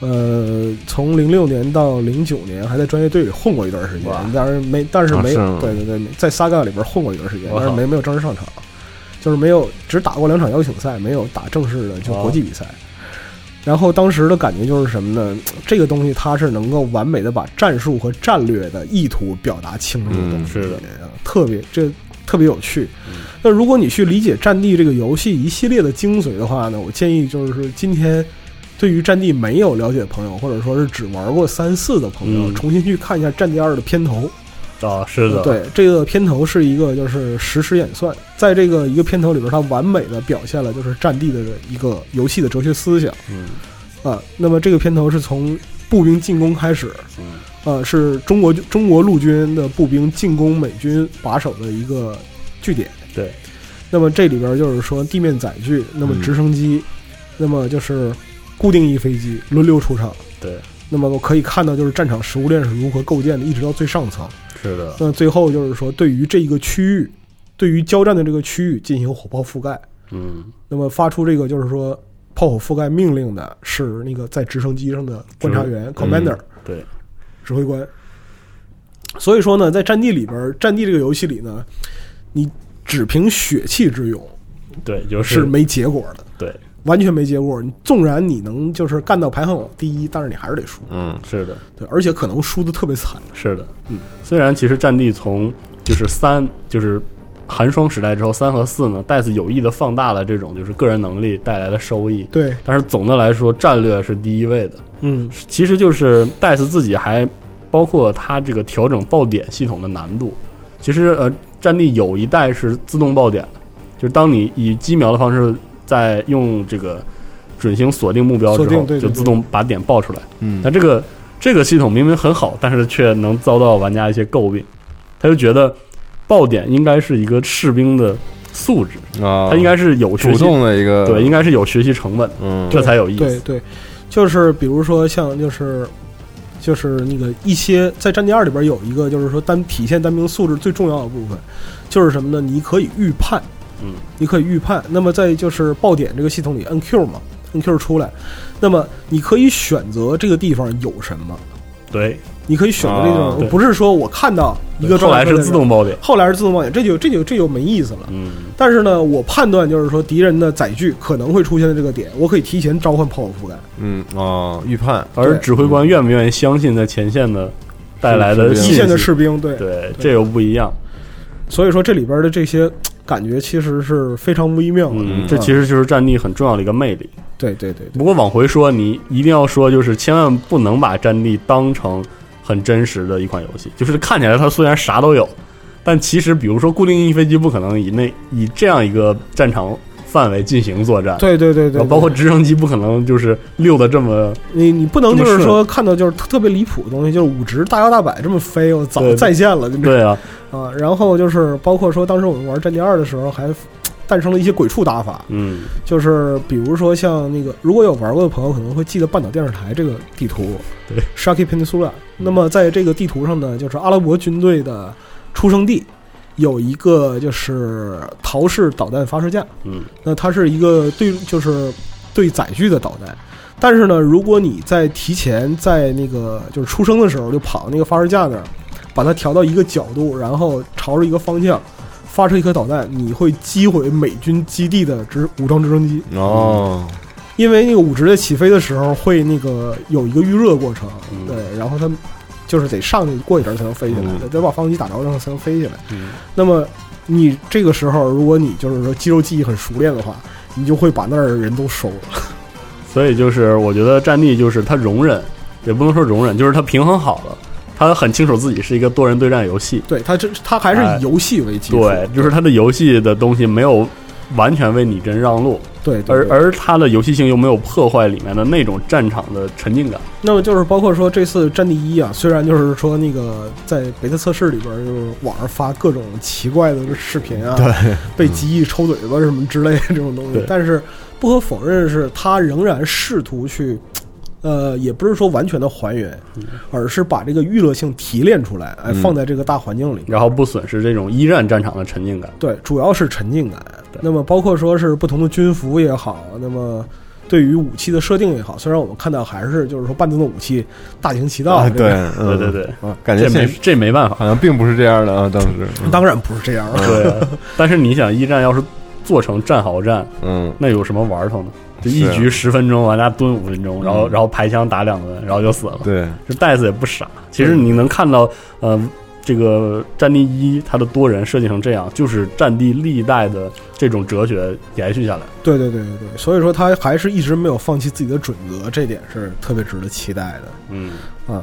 I: 呃，从零六年到零九年，还在专业队里混过一段时间，但是没，但是
H: 啊
I: 没
H: 是
I: 有，
H: 吗
I: 对对对，在萨嘎里边混过一段时间，
B: 我
I: 但是
B: 靠
I: 没没有正式上场，就是没有只打过两场邀请赛，没有打正式的就
B: 哦
I: 国际比赛。然后当时的感觉就是什么呢？这个东西它是能够完美的把战术和战略的意图表达清楚的东西，
B: 嗯是的
I: 特别这特别有趣。那如果你去理解《战地》这个游戏一系列的精髓的话呢，我建议就是说今天对于《战地》没有了解的朋友，或者说是只玩过三四的朋友，
B: 嗯
I: 重新去看一下《战地二》的片头。
B: 啊，是的，
I: 对，这个片头是一个就是实时演算，在这个一个片头里边，它完美的表现了就是《战地》的一个游戏的哲学思想。
B: 嗯
I: 啊，那么这个片头是从步兵进攻开始，
B: 嗯
I: 呃，是中国中国陆军的步兵进攻美军把守的一个据点。
B: 对，
I: 那么这里边就是说地面载具，那么
H: 嗯
I: 直升机，那么就是固定翼飞机轮流出场。
B: 对，
I: 那么我可以看到就是战场食物链是如何构建的，一直到最上层。
B: 是的，
I: 那最后就是说，对于这一个区域，对于交战的这个区域进行火炮覆盖。
B: 嗯，
I: 那么发出这个就是说炮火覆盖命令的是那个在直升机上的观察员 commander
B: 对，
I: 指挥官。所以说呢，在战地里边儿，战地这个游戏里呢，你只凭血气之勇
B: 对，就是
I: 是没结果的，
B: 对，
I: 完全没结果。你纵然你能就是干到排行榜第一，但是你还是得输，
H: 嗯，
B: 是的，
I: 对，而且可能输的特别惨。
B: 是的，嗯，虽然其实战地从就是三就是寒霜时代之后，三和四呢，戴斯有意的放大了这种就是个人能力带来的收益，
I: 对，
B: 但是总的来说，战略是第一位的。
I: 嗯，
B: 其实就是戴斯自己还包括他这个调整爆点系统的难度。其实呃，战地有一代是自动爆点的，就是当你以机瞄的方式在用这个准星锁定目标之
I: 锁
B: 后
I: 定，对对
B: 就
I: 对
B: 自动把点爆出来。
H: 嗯
B: 但这个这个系统明明很好，但是却能遭到玩家一些诟病。他就觉得爆点应该是一个士兵的素质，
H: 啊，
B: 他应该是有学
H: 主
B: 习，
H: 动的一个，
B: 对，应该是有学习成本的，
H: 嗯，
B: 这才有意思。
I: 对对，就是比如说像就是就是那个一些在《战地二》里边有一个就是说单体现单兵素质最重要的部分，就是什么呢？你可以预判，
B: 嗯，
I: 你可以预判。那么在就是爆点这个系统里，NQ 嘛，NQ 出来，那么你可以选择这个地方有什么，
B: 对，
I: 你可以选择这个地
H: 啊
I: 方，
B: 对
I: 不是说我看到一个
B: 后
I: 装甲
B: 来
I: 车
B: 是
I: 在
B: 自
I: 这儿，
B: 动爆点，
I: 后来是自动冒险，这就这就这就没意思了。
B: 嗯，
I: 但是呢，我判断就是说敌人的载具可能会出现的这个点，我可以提前召唤炮火覆盖。
H: 嗯啊，预判
B: 而指挥官愿不愿意相信在前线的带来
H: 嗯
B: 的
H: 是
B: 信
I: 一
B: 息
I: 线的士兵，对，
B: 对，这又不一样。
I: 所以说这里边的这些感觉其实是非常微妙的。啊
B: 嗯，这其实就是战地很重要的一个魅力。
I: 对对对对，
B: 不过往回说，你一定要说，就是千万不能把战地当成很真实的一款游戏。就是看起来它虽然啥都有，但其实比如说固定翼飞机不可能以那以这样一个战场范围进行作战，
I: 对对对对
B: 然后，包括直升机不可能就是溜的这么
I: 你你不能就
B: 这么
I: 是
B: 顺
I: 说看到就是特特别离谱的东西，就是武职大摇大摆这么飞，我早
B: 对
I: 再见了，真的
B: 对啊，
I: 啊。然后就是包括说当时我们玩《战地二》的时候还。诞生了一些鬼畜打法，
B: 嗯，
I: 就是比如说像那个，如果有玩过的朋友可能会记得半岛电视台这个地图，
B: 对
I: ，Shaki Peninsula。那么在这个地图上呢，就是阿拉伯军队的出生地，有一个就是陶式导弹发射架，
B: 嗯，
I: 那它是一个对就是对载具的导弹。但是呢，如果你在提前在那个就是出生的时候就跑到那个发射架那儿，把它调到一个角度，然后朝着一个方向发射一颗导弹，你会击毁美军基地的直武装直升机，
H: 哦，
I: 因为那个武直在起飞的时候会那个有一个预热过程，
B: 嗯
I: 对，然后它就是得上去过一阵儿才能飞起来，
H: 嗯
I: 得得把发动机打着然后才能飞起来。
B: 嗯
I: 那么你这个时候，如果你就是说肌肉记忆很熟练的话，你就会把那儿的人都收了。
B: 所以就是我觉得战地就是它容忍，也不能说容忍，就是它平衡好了，它很清楚自己是一个多人对战游戏，
I: 对他这他还是
B: 哎
I: 以游戏为基础，
B: 对，就是它的游戏的东西没有完全为拟真让路，
I: 对，对
B: 而
I: 对
B: 而它的游戏性又没有破坏里面的那种战场的沉浸感，
I: 那么就是包括说这次《战地一》啊，虽然就是说那个在北特测试里边儿，就是网上发各种奇怪的视频啊，对，被机翼抽嘴巴什么之类的这种东西
B: 对，
I: 但是不可否认是，他仍然试图去呃，也不是说完全的还原，而是把这个娱乐性提炼出来，哎，
B: 嗯
I: 放在这个大环境里。
B: 然后不损失这种一战战场的沉浸感。
I: 对，主要是沉浸感。那么包括说是不同的军服也好，那么对于武器的设定也好，虽然我们看到还是就是说半自动武器大行其道，
H: 啊，
I: 这个
H: 对，嗯
B: 对对对
H: 啊感觉
B: 这没
H: 现
B: 这没
H: <laughs>
B: 办法，
H: 好像并不是这样的啊，当时，
I: 当然不是这样了。 <laughs>
B: 对啊。但是你想，一战要是做成战壕战，
H: 嗯，
B: 那有什么玩头呢？就一
H: 是啊嗯
B: 局十分钟，完了蹲五分钟，然后然后排枪打两轮，然后就死了。
H: 对，
B: 这袋子也不傻。其实你能看到，呃，这个《战地一》它的多人设计成这样，就是《战地》历代的这种哲学延续下来。
I: 对对对对对，所以说他还是一直没有放弃自己的准则，这点是特别值得期待的
B: 嗯，
I: 啊。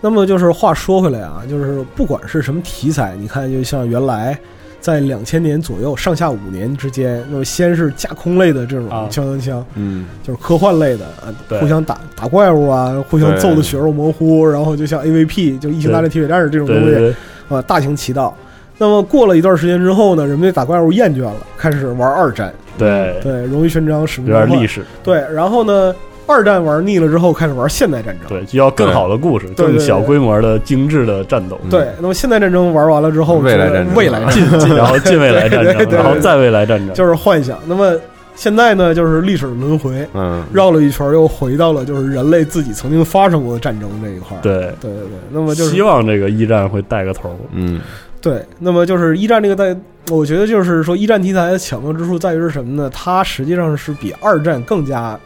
I: 那么就是话说回来啊，就是不管是什么题材，你看就像原来在两千年左右上下五年之间，那么先是架空类的这种
B: 啊
I: 枪枪枪，
H: 嗯，
I: 就是科幻类的，啊
B: 嗯对
I: 互相打打怪物啊，互相揍的血肉模糊，然后就像 AVP 就《异形大战铁血战士》这种
B: 对
I: 东
B: 对
I: 西
B: 对，
I: 啊，大行其道。那么过了一段时间之后呢，人们对打怪物厌倦了，开始玩二战，
H: 嗯
B: 对，
I: 对《荣誉勋章》《使
B: 有
I: 命召
B: 点
I: 唤》
B: 历史，
I: 对，然后呢，二战玩腻了之后，开始玩现代战争。
B: 对，就要更好的故事，
I: 对对
B: 更小规模的精致的战斗，
I: 对，那么现代战争玩完了之后，
H: 未来
I: 就是
H: 战争
I: 未来战
B: 近 <laughs> 近 <laughs> 然后近未来战
I: 对对对
B: 争，
I: 对
B: 然后再未来战争，
I: 就是幻想。那么现在呢，就是历史轮回，
H: 嗯，
I: 绕了一圈儿又回到了就是人类自己曾经发生过的战争这一块儿。
B: 对。
I: 对对对，那么就是
B: 希望这个一战会带个头儿，
H: 嗯，
I: 对，那么就是一战这个代，我觉得就是说一战题材的巧妙之处在于是什么呢？它实际上是比二战更加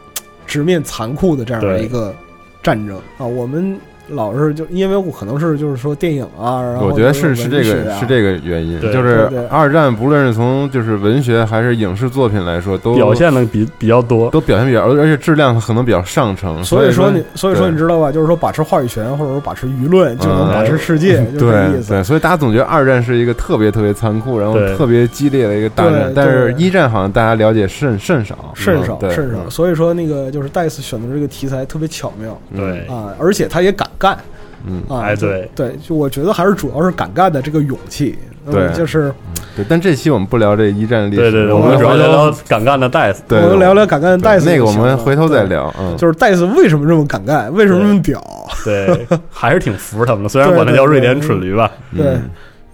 I: 直面残酷的这样的
B: 对
I: 一个战争啊。我们老是就因为我可能是就是说电影啊，然后
H: 我觉得
I: 就是
H: 是这
I: 文学
H: 个
I: 啊
H: 是这个原因，
B: 对
H: 就是
I: 对对
H: 二战不论是从就是文学还是影视作品来说，都
B: 表现的比比较多。
H: 都表现比较，而而且质量可能比较上乘，
I: 所以
H: 说
I: 说你，所以说
H: 对
I: 你知道吧？就是说把持话语权，或者说把持舆论，就能把持世界，
H: 嗯
I: 就这个
H: 对
I: 意思。
H: 对，所以大家总觉得二战是一个特别特别残酷，然后
B: 对
H: 特别激烈的一个大战
I: 对，
H: 但是
I: 对
H: 一战好像大家了解甚甚少，
I: 甚
H: 嗯
I: 少，
H: 对
I: 甚少，
H: 嗯
I: 所以说那个就是戴斯选择这个题材特别巧妙
B: 对，
I: 啊，而且他也敢干，
H: 嗯
I: 啊，
B: 哎
I: 就
B: 对
I: 对，就我觉得还是主要是敢干的这个勇气，那么
H: 对
I: 就是
H: 对。但这期我们不聊这一战历史，
B: 对对对，我们主要
H: 回
B: 聊
H: 头
B: 聊敢干的戴斯。
H: 对
I: 我们聊聊敢干的戴斯
H: 那
I: 就
H: 个，我
I: 行了，
H: 们回头再
I: 对。
H: 聊。嗯，
I: 就是戴斯为什么这么敢干，为什么这么屌？
B: 对，还是挺服他们的。虽然
I: 对
B: 我那
I: 对
B: 叫瑞
I: 对
B: 典蠢驴吧，
H: 嗯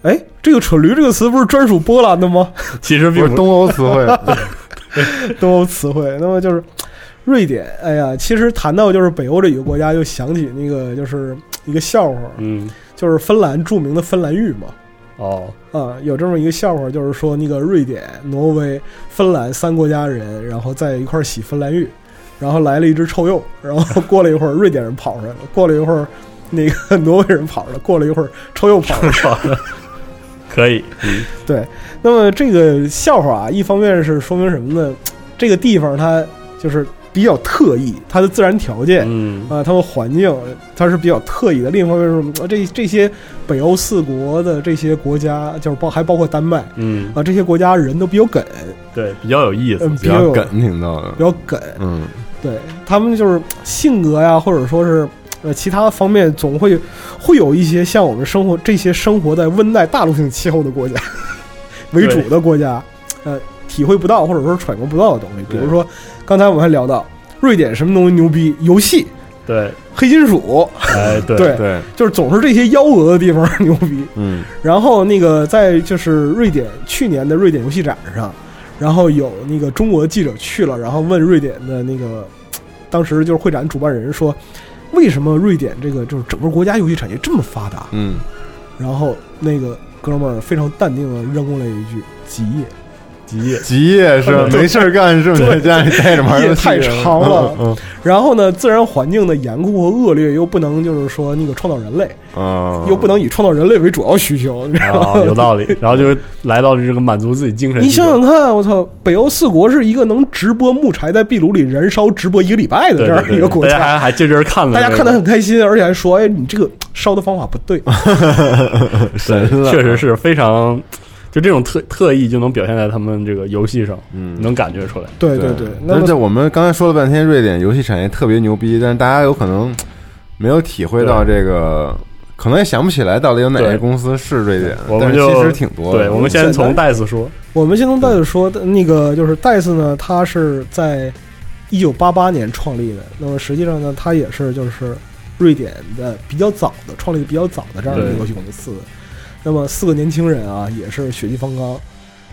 I: 对，哎，这个“蠢驴”这个词不是专属波兰的吗？ <laughs>
B: 其实
H: 不
B: 并
H: 是
B: 不
H: 东欧词汇，
I: 东欧词汇。那么就是瑞典，哎呀，其实谈到就是北欧这几个国家，就想起那个就是一个笑话，
B: 嗯，
I: 就是芬兰著名的芬兰浴嘛。
B: 哦， <laughs>
I: 啊、有这么一个笑话，就是说那个瑞典、挪威、芬兰三国家人，然后在一块儿洗芬兰浴，然后来了一只臭鼬，然后过了一会儿，瑞典人跑出来了，过了一会儿，那个挪威人跑出来了，过了一会儿，臭鼬跑出来了。
B: 可以，嗯，
I: 对，那么这个笑话啊，一方面是说明什么呢？这个地方它就是比较特异，它的自然条件。
B: 嗯，
I: 啊，它们环境它是比较特异的。另一方面是，呃这这些北欧四国的这些国家，就是包还包括丹麦，
B: 嗯，
I: 啊，这些国家人都比较梗，
B: 对，比较有意思
I: 嗯，，
H: 比
I: 比较
H: 较
I: 有
H: 梗，听到的
I: 比。较梗。
H: 嗯，
I: 对他们就是性格呀，或者说是呃其他方面，总会会有一些像我们生活这些生活在温带大陆性气候的国家 <laughs> 为主的国家，呃，体会不到或者说揣摩不到的东西。比如说，刚才我们还聊到瑞典什么东西牛逼，游戏。
B: 对，
I: 黑金属，
B: 哎，对，
I: 对
H: 对，
I: 就是总是这些幺蛾子地方牛逼。
H: 嗯，
I: 然后那个在就是瑞典去年的瑞典游戏展上，然后有那个中国记者去了，然后问瑞典的那个，当时就是会展主办人说，为什么瑞典这个就是整个国家游戏产业这么发达？
H: 嗯，
I: 然后那个哥们儿非常淡定的扔过来一句：极夜，极夜。
H: 极夜是吧没事儿干，是不是在家里待着玩游
I: 夜
H: 戏？
I: 太长了
H: 嗯，
I: 然后呢，自然环境的严酷和恶劣又不能就是说那个创造人类，
H: 嗯，
I: 又不能以创造人类为主要需求，你知道吗 <laughs>
B: 啊，？有道理。然后就来到这个满足自己精神
I: 你
B: 需求，
I: 想想看，我操，北欧四国是一个能直播木柴在壁炉里燃烧直播一个礼拜的
B: 对
I: 这样
B: 对
I: 一个
B: 对，
I: 国
B: 大家
I: 家，
B: 还还这阵看了
I: 大
B: 这个，
I: 家看得很开心，而且还说：“哎，你这个烧的方法不对。
H: 神了，
B: 确
I: 啊
B: 实是非常。就这种特特意就能表现在他们这个游戏上，
H: 嗯
B: 能感觉出来”。
I: <laughs> 对对对，那
H: 但是在
I: 么
H: 我们刚才说了半天，瑞典游戏产业特别牛逼，但是大家有可能没有体会到这个，可能也想不起来到底有哪些
B: 对
H: 公司是瑞典，
B: 我
H: 但
B: 们
H: 是
B: 就
H: 其实挺多的。
B: 对，我们先从戴斯说，
I: 我们先从戴斯说，那个就是戴斯呢，他是在一九八八年创立的。那么实际上呢，它也是就是瑞典的比较早的创立的比较早的这样的一个游戏公司。那么四个年轻人啊，也是血气方刚，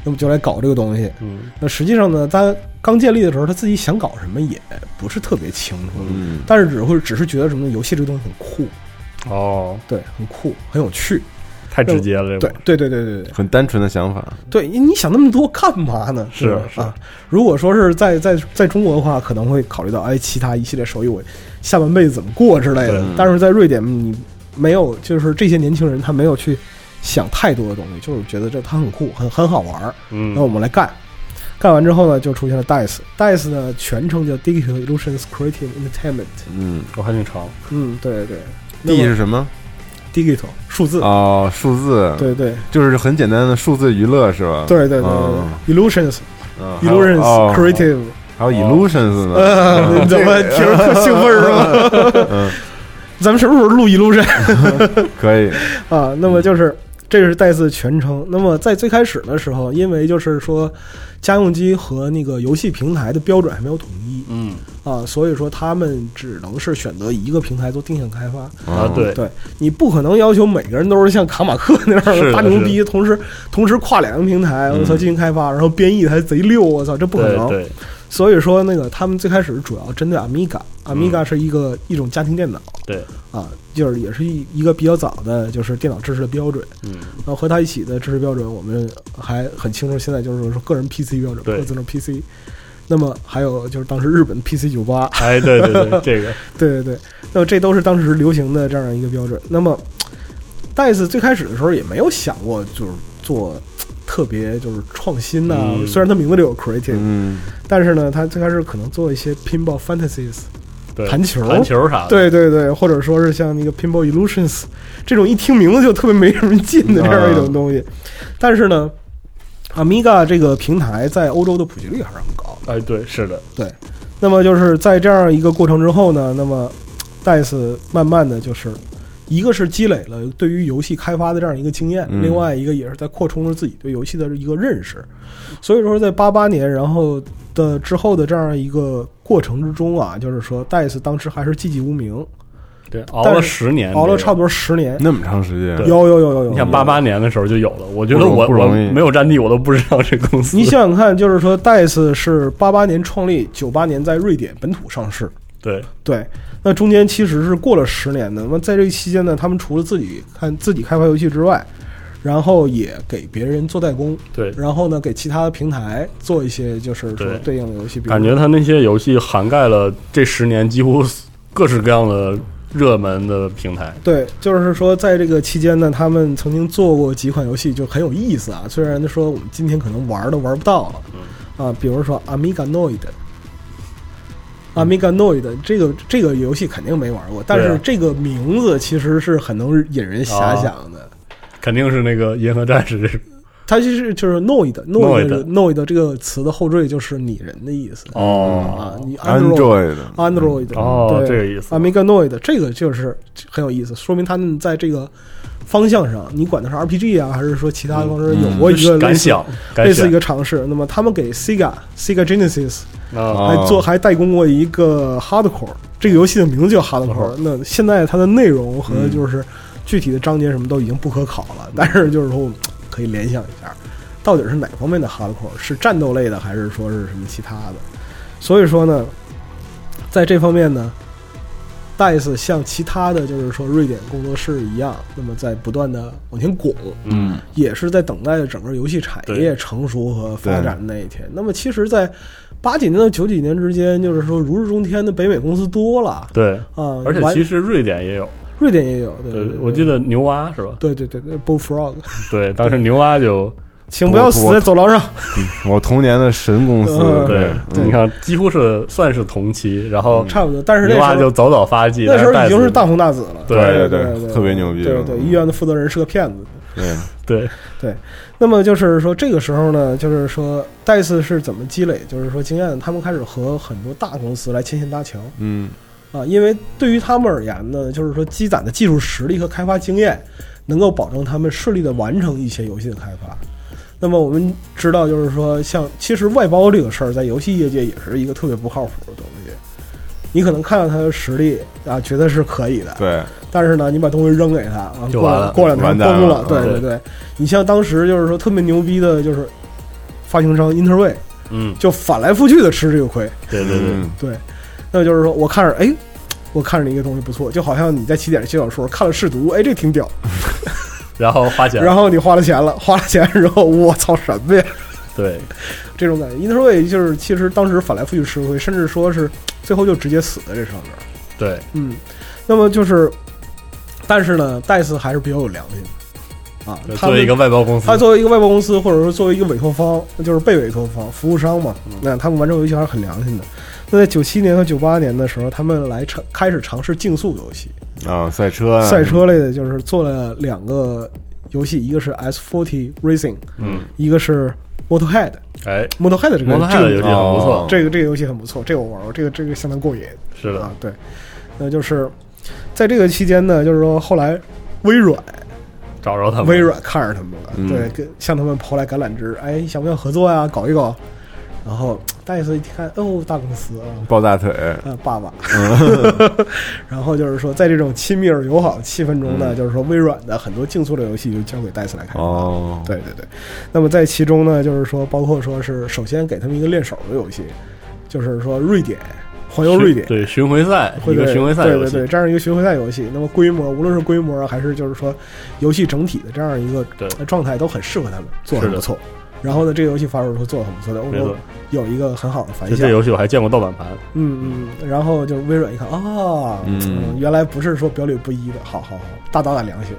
I: 那么就来搞这个东西。
B: 嗯
I: 那实际上呢，他刚建立的时候，他自己想搞什么也不是特别清楚，
H: 嗯
I: 但是只会只是觉得什么呢？游戏这个东西很酷，
B: 哦，
I: 对，很酷，很有趣。
B: 太直接了，这
I: 对
B: 个，
I: 对对对对对
H: 很单纯的想法，
I: 对，你你想那么多干嘛呢？
B: 是是
I: 啊，如果说是在在在中国的话，可能会考虑到哎，其他一系列手艺我下半辈子怎么过之类的
B: 对。
I: 但是在瑞典，你没有，就是这些年轻人他没有去想太多的东西，就是觉得这他很酷，很很好玩儿。那我
B: 嗯，
I: 们来干。干完之后呢，就出现了 Dice。Dice 呢，全称叫 Digital Illusions Creative Entertainment。
H: 嗯
B: 我还挺长，
I: 嗯，对对
H: ，D 是什么？
I: ，Digital 数字，
H: 哦，数字，，
I: 对对
H: 就是很简单的数字娱乐是吧？
I: 对对对
H: 啊哦
I: 对，Illusions
H: 嗯还有
I: Illusions
H: 哦
I: Creative。
H: 还有 illusions 呢，
I: 呃， <laughs> 你怎么听着特兴奋是吧？
H: 哦 <laughs> 嗯，
I: <laughs> 咱们什么时候录 Illusion
H: 可以，
I: 啊？那么就是。这个是 Dice 全称。那么在最开始的时候，因为就是说，家用机和那个游戏平台的标准还没有统一
B: 嗯
I: 啊，所以说他们只能是选择一个平台做定向开发。
H: 哦
B: 啊，对，
I: 对你不可能要求每个人都是像卡马克那样
B: 是的嗯
I: 大牛逼，同时同时跨两个平台，我操进行开发，然后编译还贼溜，我操，这不可
B: 对
I: 能。
B: 对，
I: 所以说，那个他们最开始主要针对 Amiga，Amiga 是一个一种家庭电脑，
B: 嗯对
I: 啊，就是也是一一个比较早的，就是电脑知识的标准。
B: 嗯，
I: 然后和它一起的知识标准，我们还很清楚，现在就是说个人 PC 标准，
B: 对
I: 各自的 PC。那么还有就是当时日本 PC 九八，
B: 哎，对对对，这个，
I: 对对对，那么这都是当时流行的这样一个标准。那么戴斯最开始的时候也没有想过就是做特别就是创新呐、
B: 嗯
I: 虽然他名字里有 creative，、
H: 嗯，
I: 但是呢，他最开始可能做一些 pinball fantasies，
B: 对，
I: 弹球
B: 弹球啥的，
I: 对对对，或者说是像那个 pinball illusions 这种一听名字就特别没什么劲的这样
B: 啊
I: 一种东西。但是呢，Amiga 这个平台在欧洲的普及率还是很高的。
B: 哎，对，是的，
I: 那么就是在这样一个过程之后呢，那么 DICE 慢慢的就是，一个是积累了对于游戏开发的这样一个经验，
H: 嗯
I: 另外一个也是在扩充着自己对游戏的一个认识。所以说，在八八年，然后的之后的这样一个过程之中啊，就是说 DICE 当时还是寂寂无名，
B: 对，熬
I: 但
B: 了
I: 是
B: 十年，
I: 熬了
B: 这个
I: 差不多十
B: <laughs>
I: 年。
H: 嗯那么长时间，
I: 有有有有有，
B: 你看八八年的时候就有了，我觉得我
H: 不
B: 我
H: 容易
B: 没有战地，我都不知道这公司。
I: 你想想看，就是说 DICE 是八八年创立，九八年在瑞典本土上市。
B: 对，
I: 对，那中间其实是过了十年的。那么在这期间呢，他们除了自己看自己开发游戏之外，然后也给别人做代工，
B: 对
I: 然后呢给其他的平台做一些就是说
B: 对
I: 对应的游戏，比如
B: 感觉他那些游戏涵盖了这十年几乎各式各样的热门的平台。
I: 对，就是说在这个期间呢，他们曾经做过几款游戏就很有意思啊。虽然说我们今天可能玩都玩不到了，
B: 嗯
I: 啊，比如说 Amiga Noid。Amiga Noid 这个这个游戏肯定没玩过，但
B: 对
I: 是
B: 啊
I: 这个名字其实是很能引人遐想的。
B: 肯定是那个银河战士，
I: 它就是就是 noid
B: Noid
I: noid noid 这个词的后缀就是拟人的意思
B: 哦
I: 啊，你
H: Android
I: Android
B: 哦
I: 对
B: 这个意思
I: Amiga Noid 这个就是很有意思，说明他们在这个方向上，你管它是 RPG 啊，还是说其他方式，有过一个类
B: 嗯敢
I: 似
B: 想，敢
I: 类似
B: 想
I: 一个尝试。那么他们给 Sega Sega Genesis
B: 啊，
I: 还
H: 哦
I: 做还代工过一个 Hardcore，这个游戏的名字叫 Hardcore
B: 哦。
I: 那现在它的内容
H: 嗯
I: 和就是具体的章节什么都已经不可考了，但是就是说我们可以联想一下，到底是哪方面的 Hardcore？是战斗类的，还是说是什么其他的？所以说呢，在这方面呢。DICE 像其他的就是说瑞典工作室一样，那么在不断的往前拱，
H: 嗯，
I: 也是在等待着整个游戏产业成熟和发展的那一天。那么，其实，在八几年到九几年之间，就是说如日中天的北美公司多了啊，
B: 对，而且
I: 完
B: 其实瑞典也有，
I: 瑞典也有，对
B: 对
I: 对对，
B: 我记得牛蛙是吧？
I: 对对对对，Bullfrog，
B: <laughs> 对，当时牛蛙就
I: 请不要死在走廊上，
H: 我童年的神公司，
I: 嗯
B: 对，
H: 嗯
B: 你看几乎是算是同期，然后
I: 差不多。但是
B: 牛蛙
I: 那时
B: 就
I: 候
B: 早早发迹，
I: 那时候已
B: 但是带
I: 经
B: 死
I: 是大红大紫了，
B: 对
H: 对
I: 对
H: 对特别牛逼
I: 对对，
H: 嗯
I: 医院的负责人是个骗子。
H: 对，
B: 对，
I: 那么就是说，这个时候呢，就是说，戴斯是怎么积累，就是说经验的？他们开始和很多大公司来牵线搭桥。
H: 嗯，
I: 啊，因为对于他们而言呢，就是说积攒的技术实力和开发经验，能够保证他们顺利的完成一些游戏的开发。那么我们知道，就是说，像其实外包这个事儿，在游戏业界也是一个特别不靠谱的东西。你可能看到他的实力啊，觉得是可以的，
H: 对，
I: 但是呢，你把东西扔给他啊，
B: 就
I: 过
B: 完了
I: 过两天
H: 完蛋
I: 崩
H: 了嗯
I: 对
B: 对
I: 对对。你像当时就是说特别牛逼的，就是发行商 Interway，
B: 嗯，
I: 就反来覆去的吃这个亏。
B: 对对对，
H: 嗯，
I: 对，那就是说我看着哎，我看着一个东西不错，就好像你在起点上写小说，看了试读，哎，这挺屌，
B: 然后花钱，
I: 然后你花了 <laughs> 钱了，花了钱之后，我操什么呀？
B: 对
I: 这种感觉。Interway 就是其实当时反来覆去吃亏，甚至说是最后就直接死在这上面。
B: 对，
I: 嗯，那么就是，但是呢，戴斯还是比较有良心的啊。他
B: 作为一
I: 们
B: 个外包公司
I: 他，作为一个外包公司，或者说作为一个委托方，那就是被委托方服务商嘛，
B: 嗯
I: 那他们完成游戏还是很良心的。那在九七年和九八年的时候，他们来尝开始尝试竞速游戏，
H: 啊，赛
B: 嗯
H: 车啊，
I: 赛车类的，就是做了两个游戏，一个是 S Forty Racing，
B: 嗯，
I: 一个是 Motorhead。
B: 哎，
I: Motorhead 这个
B: 摩托汉的游戏很不
H: 哦
B: 错，
I: 这个这个游戏很不错，这个我玩过，这个这个相当过瘾。
B: 是的
I: 啊，，对，那就是在这个期间呢，就是说后来微软
B: 找着他们，
I: 微软看着他们了，
H: 嗯
I: 对，跟向他们抛来橄榄枝，哎，想不想合作呀？搞一搞。然后戴斯一看，哦，大公司啊，
H: 抱大腿，
I: 呃，爸 <laughs>
B: <laughs>
I: 爸。然后就是说，在这种亲密而友好的气氛中
B: 嗯
I: 呢，就是说微软的很多竞速类游戏就交给戴斯来开发。
H: 哦，
I: 对对对，那么在其中呢，就是说，包括说是首先给他们一个练手的游戏，就是说瑞典环游
B: 巡
I: 瑞典，
B: 对巡回赛
I: 会
B: 一个巡回赛
I: 对
B: 游
I: 对
B: 戏
I: 对，，这样一个巡回赛游戏，那么规模无论是规模啊还是就是说游戏整体的这样一个
B: 对
I: 呃状态，都很适合他们，做得
B: 是
I: 很
B: 的
I: 不错。然后呢，这个游戏发售之后做得很不错，在欧
B: 没
I: 洲
B: 错
I: 有一个很好的反
B: 就
I: 响
B: 这。游戏我还见过盗版盘，
I: 嗯嗯，然后就是微软一看啊，
H: 嗯
I: 原来不是说表里不一的，好好好，大打打良心。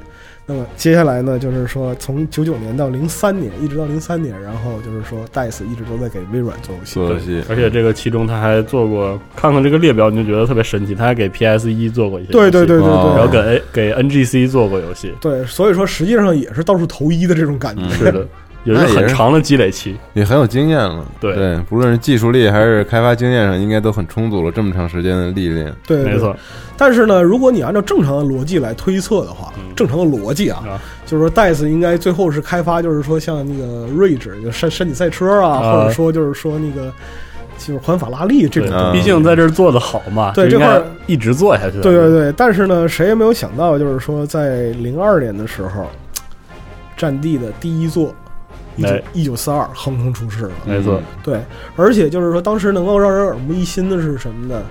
I: 那么接下来呢，就是说从九九年到零三年，一直到零三年，然后就是说戴斯一直都在给微软做游戏
H: 做。游戏，
B: 而且这个其中他还做过，看看这个列表你就觉得特别神奇，他还给 PS 一做过一些，
I: 对对对对
H: 哦
B: 然
I: 对
B: 后给 A 给 NGC 做过游戏，
I: 对，所以说实际上也是到处投一的这种感觉。
B: 是
I: <laughs>
B: 的，有一个
H: 那也
B: 很
H: 是
B: 长的积累期，
H: 也很有经验了，
B: 对
H: 对，不论是技术力还是开发经验上，应该都很充足了，这么长时间的历练，
I: 对，对
B: 没错。，
I: 但是呢，如果你按照正常的逻辑来推测的话，正常的逻辑啊，
B: 啊
I: 就是说戴斯应该最后是开发，就是说像那个睿智，就山山地赛车啊，
B: 啊
I: 或者说就是说那个就是环法拉力这
B: 对
I: 种。
H: 嗯
B: 毕竟在这儿做的好嘛，
I: 对
B: 就应该
I: 这块儿
B: 一直做下去。
I: 对对，对，但是呢，谁也没有想到，就是说在零二年的时候，《战地》的第一座。一九
B: 哎
I: 一九四二横空出世了，嗯
B: 没错，
I: 对，而且就是说，当时能够让人耳目一新的是什么呢？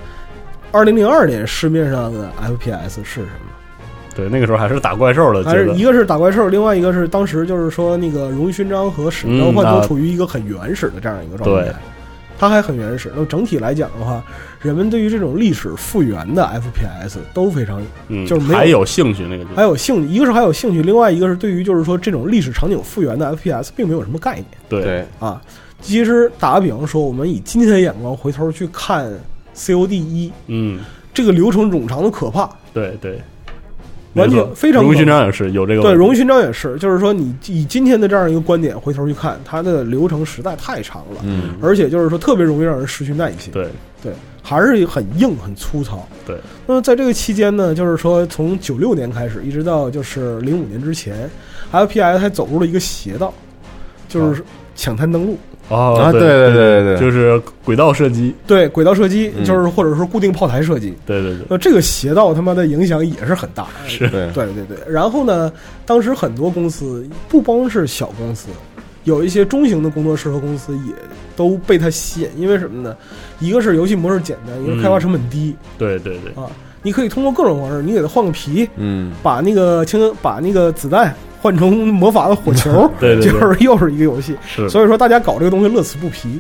I: 二零零二年市面上的 FPS 是什么？
B: 对那个时候还是打怪兽的
I: 还
B: 阶
I: 是
B: 段
I: 一，个是打怪兽，另外一个是当时就是说那个荣誉勋章和使命召唤
B: 嗯啊
I: 都处于一个很原始的这样一个状态。
B: 对
I: 它还很原始。那么整体来讲的话，人们对于这种历史复原的 FPS 都非常
B: 嗯，
I: 就是没有
B: 还有兴趣那个阶
I: 还
B: 段，
I: 有兴趣，一个是还有兴趣，另外一个是对于就是说这种历史场景复原的 FPS 并没有什么概念
B: 对，
I: 啊。其实打个比方说，我们以今天的眼光回头去看 COD 一，
B: 嗯，
I: 这个流程冗长的可怕，
B: 对对，
I: 完全
B: 没错
I: 非常
B: 荣誉勋
I: 可怕
B: 章也是有这个
I: 对，
B: 问题
I: 荣誉勋章也是，就是说你以今天的这样一个观点回头去看，它的流程实在太长了，
H: 嗯，
I: 而且就是说特别容易让人失去耐心。
B: 对
I: 对，还是很硬很粗糙。
B: 对，
I: 那么在这个期间呢，就是说从九六年开始，一直到就是零五年之前，FPS 还走入了一个邪道，就是抢滩登陆。
B: 哦
H: 啊
B: 对
H: 对对对对对
B: 就是轨道射击，
I: 对，轨道射击
H: 嗯
I: 就是或者说固定炮台射击，
B: 对对对，
I: 那这个邪道他妈的影响也是很大。
B: 是
H: 对，
I: 对对对，然后呢，当时很多公司不光是小公司，有一些中型的工作室和公司也都被它吸引，因为什么呢？一个是游戏模式简单，一个是开发成本低、
B: 对对对，，
I: 啊，你可以通过各种方式，你给它换个皮，
H: 嗯，
I: 把那个轻把那个子弹换成魔法的火球
B: <laughs> 对对对
I: 就是又是一个游戏。
B: 是
I: 所以说大家搞这个东西乐此不疲。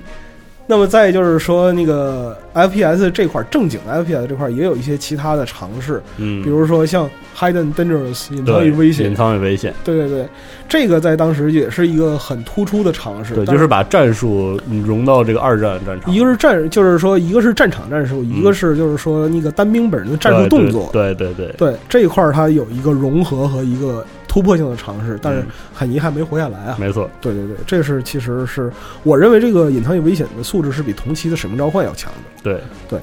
I: 那么再就是说，那个 FPS 这块儿正经 FPS 这块儿也有一些其他的尝试，
B: 嗯，
I: 比如说像 Hidden Dangerous 隐藏
B: 对
I: 与危险
B: 隐，藏与危险，
I: 对对对，这个在当时也是一个很突出的尝试。
B: 对，
I: 但
B: 就是把战术融到这个二战战场，
I: 一个是战，就是说一个是战场战术，一个是就是说那个单兵本人的战术动作。
B: 嗯对对对对，
I: 对这一块儿它有一个融合和一个突破性的尝试，但是
B: 嗯
I: 很遗憾没活下来啊。
B: 没错，
I: 对对对，这是其实是我认为这个隐藏与危险的素质是比同期的使命召唤要强的。
B: 对，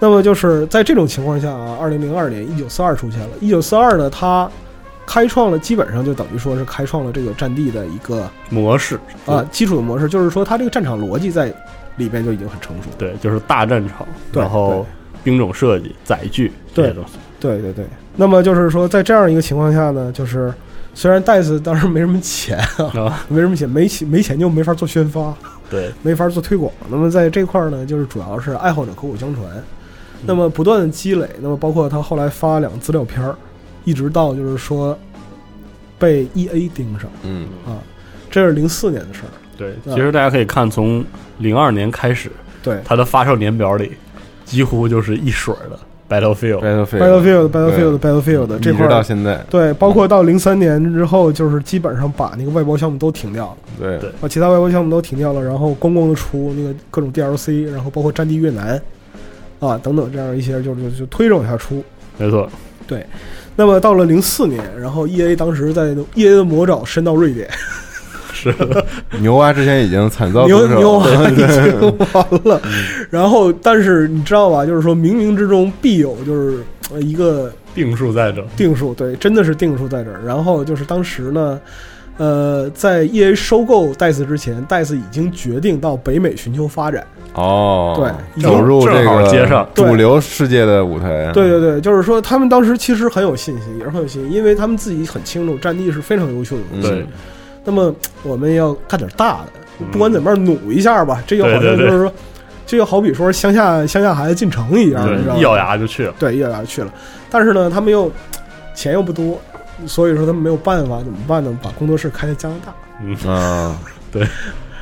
I: 那么就是在这种情况下啊，二零零二年一九四二出现了。一九四二呢，它开创了基本上就等于说是开创了这个战地的一个
B: 模式
I: 啊，基础的模式，就是说它这个战场逻辑在里边就已经很成熟了。
B: 对，就是大战场，
I: 对
B: 然后兵种设计、载具这
I: 对
B: 些东西。
I: 对对对，那么就是说，在这样一个情况下呢，就是虽然戴斯当时没什么钱
B: 啊，
I: 没什么钱，没钱没钱就没法做宣发，
B: 对，
I: 没法做推广。那么在这块儿呢，就是主要是爱好者口口相传，那么不断的积累，那么包括他后来发两个资料片儿，一直到就是说被 E A 盯上，
H: 嗯
I: 啊，这是零四年的事儿，
B: 对，
I: 嗯
B: 其实大家可以看，从零二年开始，
I: 对
B: 它的发售年表里几乎就是一水儿的 Battlefield。
I: Battlefield Battlefield Battlefield
H: 嗯
I: 这
H: 一
I: 块
H: 直
I: 儿
H: 到现在，
I: 对，包括到零三年之后，就是基本上把那个外包项目都停掉了。
H: 对
B: 对
I: 啊把其他外包项目都停掉了，然后公共的出那个各种 DLC，然后包括《战地越南》啊等等这样一些，就就就推着往下出。
B: 没错，
I: 对，那么到了零四年，然后 EA 当时在 EA 的魔爪伸到瑞典，
B: 是
H: 牛蛙之前已经惨遭
I: 牛
H: 毒手
I: 牛啊
H: 对
I: 已经完 <laughs> 了。然后，但是你知道吧，就是说冥冥之中必有就是呃一个
B: 定数在这儿。
I: 定数，对，真的是定数在这儿。然后就是当时呢。呃，在 EA 收购戴斯之前，戴斯已经决定到北美寻求发展。
H: 哦，
I: 对
H: 走入这
B: 正好
H: 个
B: 接上
I: 对
H: 主流世界的舞台，啊
I: 对对对，就是说他们当时其实很有信心，也是很有信心，因为他们自己很清楚战地是非常优秀的东西。
B: 对，
I: 那么我们要干点大的，不管怎么样努一下吧。这就好
B: 嗯对
I: 像就
B: 对对
I: 是说，这就好比说乡下乡下孩子进城一样，你知道
B: 对，一咬
I: 吗？
B: 牙就去了。
I: 对，一咬牙去了。但是呢，他们又钱又不多，所以说他们没有办法，怎么办呢？把工作室开在加拿大。
H: 啊，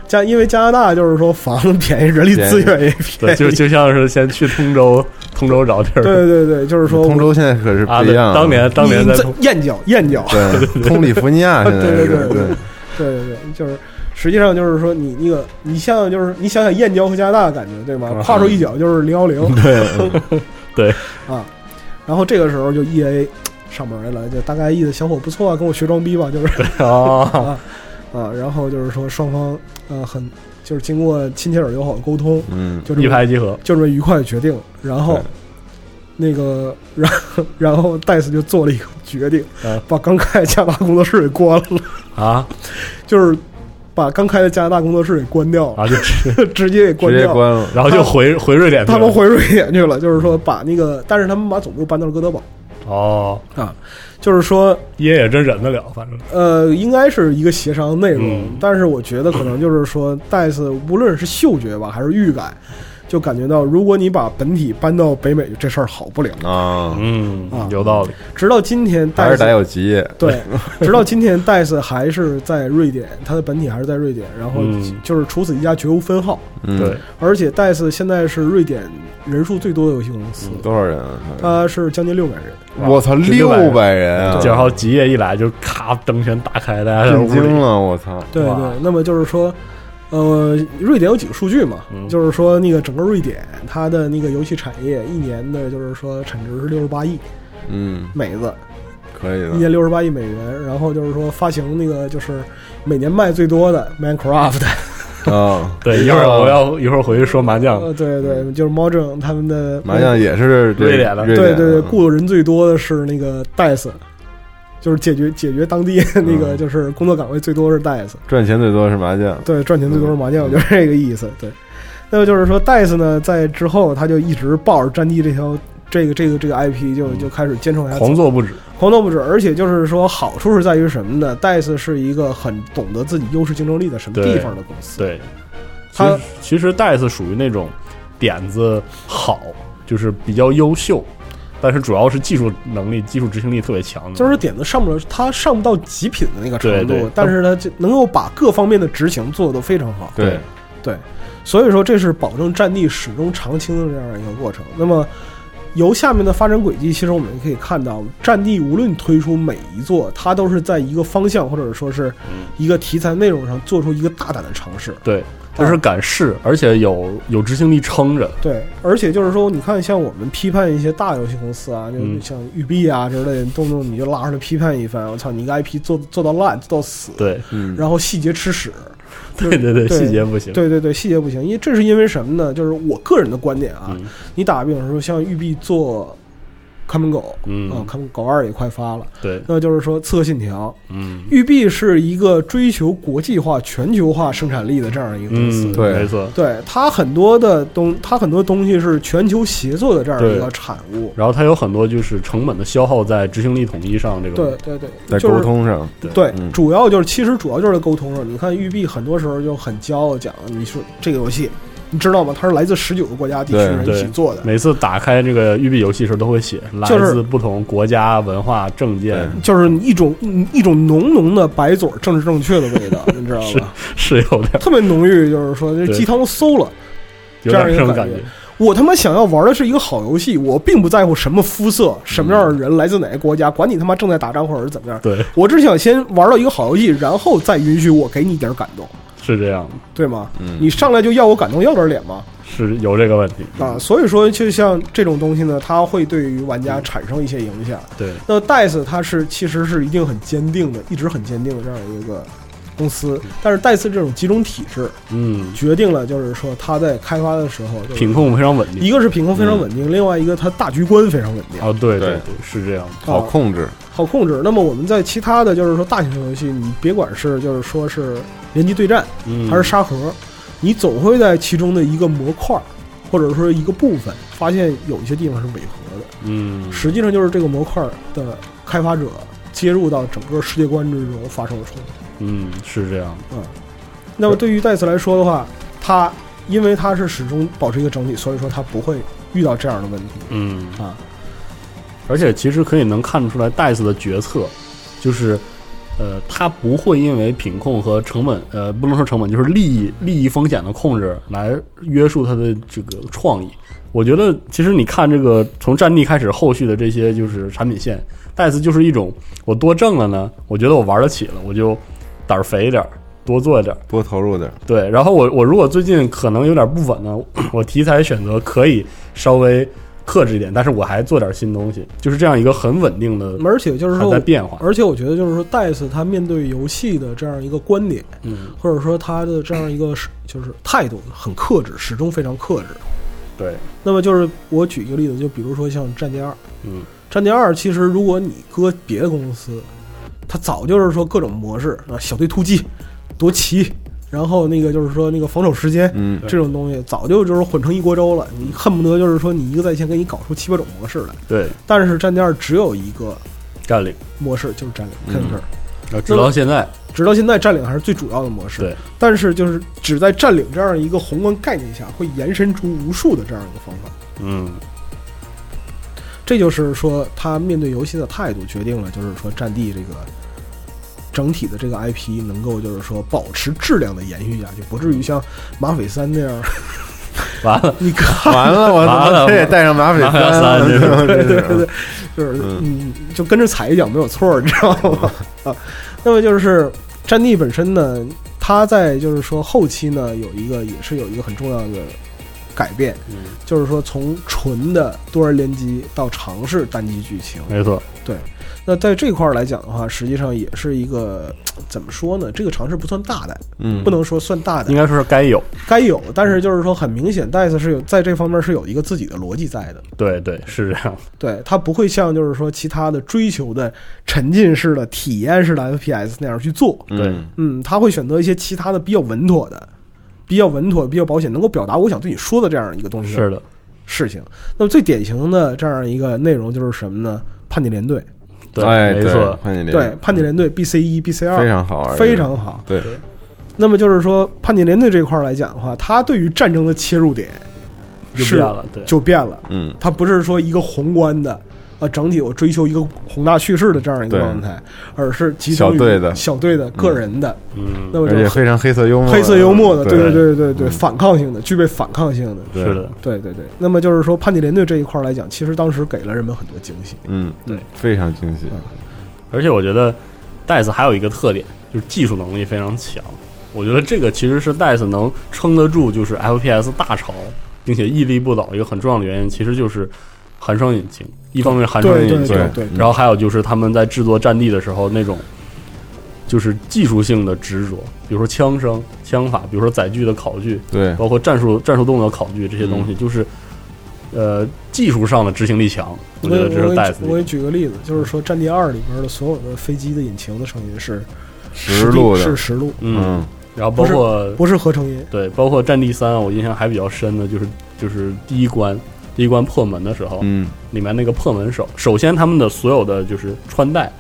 I: 加，因为加拿大就是说房子便宜，人力资源也便
B: 对，
I: 宜。
B: 就就像是先去
I: <laughs>
B: 通州，通州找地儿。
I: 对对对，就是说
H: 通州现在可是
B: 啊，
H: 不一
B: 对，
H: 样，
B: 当年当年在
I: 在 <laughs>
B: 通
I: 燕郊，燕郊。
B: <laughs>
H: 对通利福尼亚现在
I: 对
H: 是
I: 对对对对对对，就是实际上就是说你那个你像就是你想想燕郊和加拿大的感觉对吧？
B: 嗯
I: 跨出一脚就是零幺
B: <laughs>
I: 零，啊
H: 对
I: <laughs> 然后这个时候就 E A 上门来了，就大概意思小伙不错啊，跟我学装逼吧，就是 <laughs>
B: 啊，
I: 啊，然后就是说双方呃很就是经过亲切而友好的沟通，
H: 嗯
I: 就这
B: 一
I: 么
B: 拍即合。
I: 就这么愉快的决定了，然后
H: 对。
I: 那个，然后然后戴斯就做了一个决定，
B: 嗯
I: 把刚开的加拿大工作室给关了，
B: 啊
I: 就是把刚开的加拿大工作室给关掉了，
B: 啊，就直
I: <laughs> 直接给关
H: 直接
I: 掉了。
H: 关了，
B: 然后就回回瑞典去
I: 他
B: 了。
I: 们回瑞典去了，就是说把那个，但是他们把总部搬到了哥德堡，啊
B: 哦，
I: 就是说，
B: 爷也真忍得了，反正
I: 呃，应该是一个协商的内容，
B: 嗯
I: 但是我觉得可能就是说，戴斯无论是嗅觉吧，还是预感，就感觉到，如果你把本体搬到北美，这事儿好不了。
H: 啊，
B: 嗯
I: 啊，
B: 有道理。
I: 直到今天，
H: 还
I: 戴
H: 是得
I: 斯
H: 有吉业，
I: 对， <laughs> 直到今天，戴斯还是在瑞典，他的本体还是在瑞典，然后
B: 嗯
I: 就是除此一家绝无分号，
H: 嗯
B: 对，，
I: 而且戴斯现在是瑞典人数最多的游戏公
B: 嗯
I: 司，
H: 多少人啊？
I: 它是将近六百人。
H: 我操，六百人啊！
B: 然后吉夜一来就咔灯全打开，大家在
H: 震
B: 屋
H: 惊
B: 里
H: 了，我操！
I: 对
B: 哇
I: 对，那么就是说，呃，瑞典有几个数据嘛，
B: 嗯
I: 就是说那个整个瑞典它的那个游戏产业一年的，就是说产值是六十八亿
H: 嗯，
I: 美子，
H: 可以
I: 一
H: 的，
I: 年六十八亿美元，然后就是说发行那个就是每年卖最多的
B: <laughs>
I: Minecraft，
H: 啊，
B: 对，一会
I: 嗯
B: 儿我要一会儿回去说麻将。
I: 呃，对对，就是猫正他们的
H: 麻将，也是这
B: 瑞典的
I: 对对对，
H: 固
I: 雇人最多的是那个 DICE。就是解决解决当地 <laughs> 那个
H: 嗯
I: 就是工作岗位最多是 DICE，
H: 赚钱最多是麻将，
I: 对，赚钱最多是麻将， <laughs> 就是这个意思。对，那么就是说，戴斯呢，在之后他就一直抱着战地这条这个这个这个 IP 就就开始坚持往下走
B: 狂做不止，
I: 狂斗不止，而且就是说，好处是在于什么呢？戴斯是一个很懂得自己优势竞争力的什么
B: 对
I: 地方的公司。
B: 对，
I: 他
B: 其实其实戴斯属于那种点子好，就是比较优秀，但是主要是技术能力、技术执行力特别强的。
I: 就是点子上不了，他上不到极品的那个程度，
B: 对对
I: 但是他就能够把各方面的执行做得非常好。
H: 对，
I: 所以说这是保证战地始终长青的这样一个过程。那么由下面的发展轨迹，其实我们可以看到，战地无论推出每一座，它都是在一个方向或者说是
B: 嗯
I: 一个题材内容上做出一个大胆的尝试。
B: 对，就是敢试，
I: 嗯
B: 而且有有执行力撑着。
I: 对，而且就是说，你看，像我们批判一些大游戏公司啊，就是
B: 嗯
I: 像育碧啊之类的，动不动你就拉出来批判一番，我操，你一个 IP 做做到烂，做到死，
B: 对，
H: 嗯，
I: 然后细节吃屎，
B: <laughs> 对对对，
I: 对
B: 细节不行。
I: 对对对，细节不行，因为这是因为什么呢？就是我个人的观点啊，
B: 嗯
I: 你打比方说像育碧做看门狗，
B: 嗯
I: 啊，看门狗二也快发了，
B: 对，
I: 那就是说刺客信条，
B: 嗯
I: 育碧是一个追求国际化、全球化生产力的这样一个公司，
B: 嗯，
H: 对
B: 没错。
I: 对它很多的东，它很多东西是全球协作的这样一个
B: 对
I: 产物。
B: 然后它有很多就是成本的消耗在执行力统一上，这个
I: 对对对，
H: 在
I: 就
H: 沟
I: 是
H: 通上，
I: 对，
H: 嗯
I: 主要就是其实主要就是在沟通上。你看育碧很多时候就很骄傲讲，你说这个游戏，你知道吗？它是来自十九个国家地区
H: 对
I: 人一
B: 对
I: 起做的，
B: 每次打开这个育碧游戏的时候都会写来
I: 就是
B: 自不同国家、文化、政见，
I: 就是一种一种浓浓的白嘴儿政治正确的味道，你知道吧？
B: <laughs> 是有点
I: 特别浓郁，就是说这鸡汤都馊了。
B: 有点
I: 这样一
B: 这
I: 个
B: 种
I: 感
B: 感
I: 觉我他妈想要玩的是一个好游戏，我并不在乎什么肤色、什么样的人、来自哪个国家，管你他妈正在打仗或者是怎么样，
B: 对，
I: 我只想先玩到一个好游戏，然后再允许我给你一点感动，
B: 是这样的，
I: 对吗？你上来就要我感动，要点脸吗？
B: 是有这个问题。
I: 啊，所以说就像这种东西呢，它会对于玩家产生一些影响。
B: 对，
I: 那 DICE 它是其实是一定很坚定的，一直很坚定的这样一个公司，但是 DICE 这种集中体制
B: 嗯，
I: 决定了，就是说它在开发的时候，就是
B: 品控非嗯常稳
I: 一
B: 定。
I: 个是品控非常稳定，另外一个它大局观非常稳定，
B: 哦，对
H: 对
B: 对对，是这样的。
H: 好
I: 啊
H: 控制，
I: 好控制。那么我们在其他的就是说大型游戏，你别管是就是说是联机对战
B: 嗯，
I: 还是沙盒，你总会在其中的一个模块儿或者说一个部分，发现有一些地方是违和的。
B: 嗯，
I: 实际上就是这个模块的开发者接入到整个世界观之中发生了冲突。
B: 嗯，是这样的。
I: 那么对于戴斯来说的话，他因为他是始终保持一个整体，所以说他不会遇到这样的问题。
B: 嗯
I: 啊，
B: 而且其实可以能看出来戴斯的决策，就是呃，他不会因为品控和成本，呃，不能说成本，就是利益利益风险的控制来约束他的这个创意。我觉得其实你看这个从战地开始，后续的这些就是产品线，戴斯就是一种我多挣了呢，我觉得我玩得起了，我就胆儿肥一点儿，多做一点儿。
H: 多投入
B: <laughs>
H: 点儿，
B: 对，然后我我如果最近可能有点不稳呢，我题材选择可以稍微克制一点，但是我还做点新东西，就是这样一个很稳定的，
I: 而且就是
B: 还
I: 说
B: 在，变化。
I: 而且我觉得就是说，戴斯他面对游戏的这样一个观点，
B: 嗯，
I: 或者说他的这样一个是就是态度很克制，始终非常克制。
B: 对，
I: 那么就是我举一个例子，就比如说像《战地二》，
B: 嗯，
I: 《战地二》其实如果你搁别的公司，它早就是说各种模式啊，小队突击、夺旗，然后那个就是说那个防守时间，
H: 嗯，
I: 这种东西早就就是混成一锅粥了，你恨不得就是说你一个在线给你搞出七八种模式来。
B: 对，
I: 但是《战地二》只有一个
B: 占领，
I: 模式就是占领 c o n
B: 呃直到现在，
I: 直到现在占领还是最主要的模式。
B: 对，
I: 但是就是只在占领这样一个宏观概念下，会延伸出无数的这样一个方法。
B: 嗯，
I: 这就是说，他面对游戏的态度决定了，就是说《战地》这个整体的这个 IP 能够就是说保持质量的延续下去，不至于像《马匪三》那样。
B: 嗯完了，
I: <laughs> 你
B: <laughs>
I: 看，
H: 完了，我
B: 完了
H: 这也带上马匪
B: 马匪三
H: 了
B: 这是
H: 真
I: 对
H: 是
I: 对对，就是嗯，就跟着踩一脚没有错儿，你知道吗？
B: 嗯
I: 啊，那么就是《战地》本身呢，它在就是说后期呢有一个也是有一个很重要的改变，
B: 嗯，
I: 就是说从纯的多人联机到尝试单机剧情。
B: 没错，
I: 那在这块儿来讲的话，实际上也是一个怎么说呢？这个尝试不算大胆，
H: 嗯，
I: 不能说算大
B: 应
I: 胆，
B: 该说是该有，
I: 该有，但是就是说很明显，DICE 是有在这方面是有一个自己的逻辑在的。
B: 对对，是这样的，
I: 对，它不会像就是说其他的追求的沉浸式的体验式的 FPS 那样去做。
H: 嗯，
I: 嗯，他会选择一些其他的比较稳妥的、比较稳妥、比较保险，能够表达我想对你说的这样一个东西
B: 是
I: 的
B: 的，
I: 事情。那么最典型的这样一个内容就是什么呢？叛逆联队，
B: 对，
H: <laughs> 哎，
B: 没
H: 对
B: 错，
H: 看见这
I: 对
H: 个，
I: 叛逆联队 BC 一、BC 二
H: 非常好玩，啊
I: 非常好。
H: 对，
I: 那么就是说，叛逆联队这块儿来讲的话，它对于战争的切入点
B: 就是变了，对，
I: 就变了，
H: 嗯，
I: 它不是说一个宏观的。呃，整体我追求一个宏大叙事的这样一个
H: 对
I: 状态，而是集中于
H: 小队的
I: 小队的、个人的，
B: 嗯，
I: 那么
H: 而
I: 就
H: 且
I: 是
H: 非常黑色幽默，
I: 黑色幽默的，对
H: 对嗯
I: 对对对，反抗性的，具备反抗性的，
H: 对
B: 是的，
I: 对对对。那么就是说，叛逆联队这一块儿来讲，其实当时给了人们很多惊喜，
H: 嗯，
I: 对，
H: 非常精细，
B: 而且我觉得戴斯还有一个特点，就是技术能力非常强。我觉得这个其实是戴斯能撑得住就是 FPS 大潮，并且屹立不倒一个很重要的原因，其实就是寒霜引擎。一方面寒霜
I: 对
B: 引
I: 对
B: 擎，
I: 对
H: 嗯
I: 对，
B: 然后还有就是他们在制作战地的时候那种就是技术性的执着，比如说枪声、枪法，比如说载具的考据，
H: 对，嗯
B: 包括战术战术动作考据这些东西，就是呃技术上的执行力强，
I: 我
B: 我觉
I: 给
B: 得这是
I: 我
B: 戴
I: 给
B: 斯
I: 你我给你举个例子，就是说《战地二》里边的所有的飞机的引擎的声音是
H: 实录的
I: 是实录，
B: 嗯，然后包括
I: 不是合成音。
B: 对，包括《战地三》，啊我印象还比较深的就是就是第一关，第一关破门的时候，
H: 嗯，
B: 里面那个破门手，首先他们的所有的就是穿戴，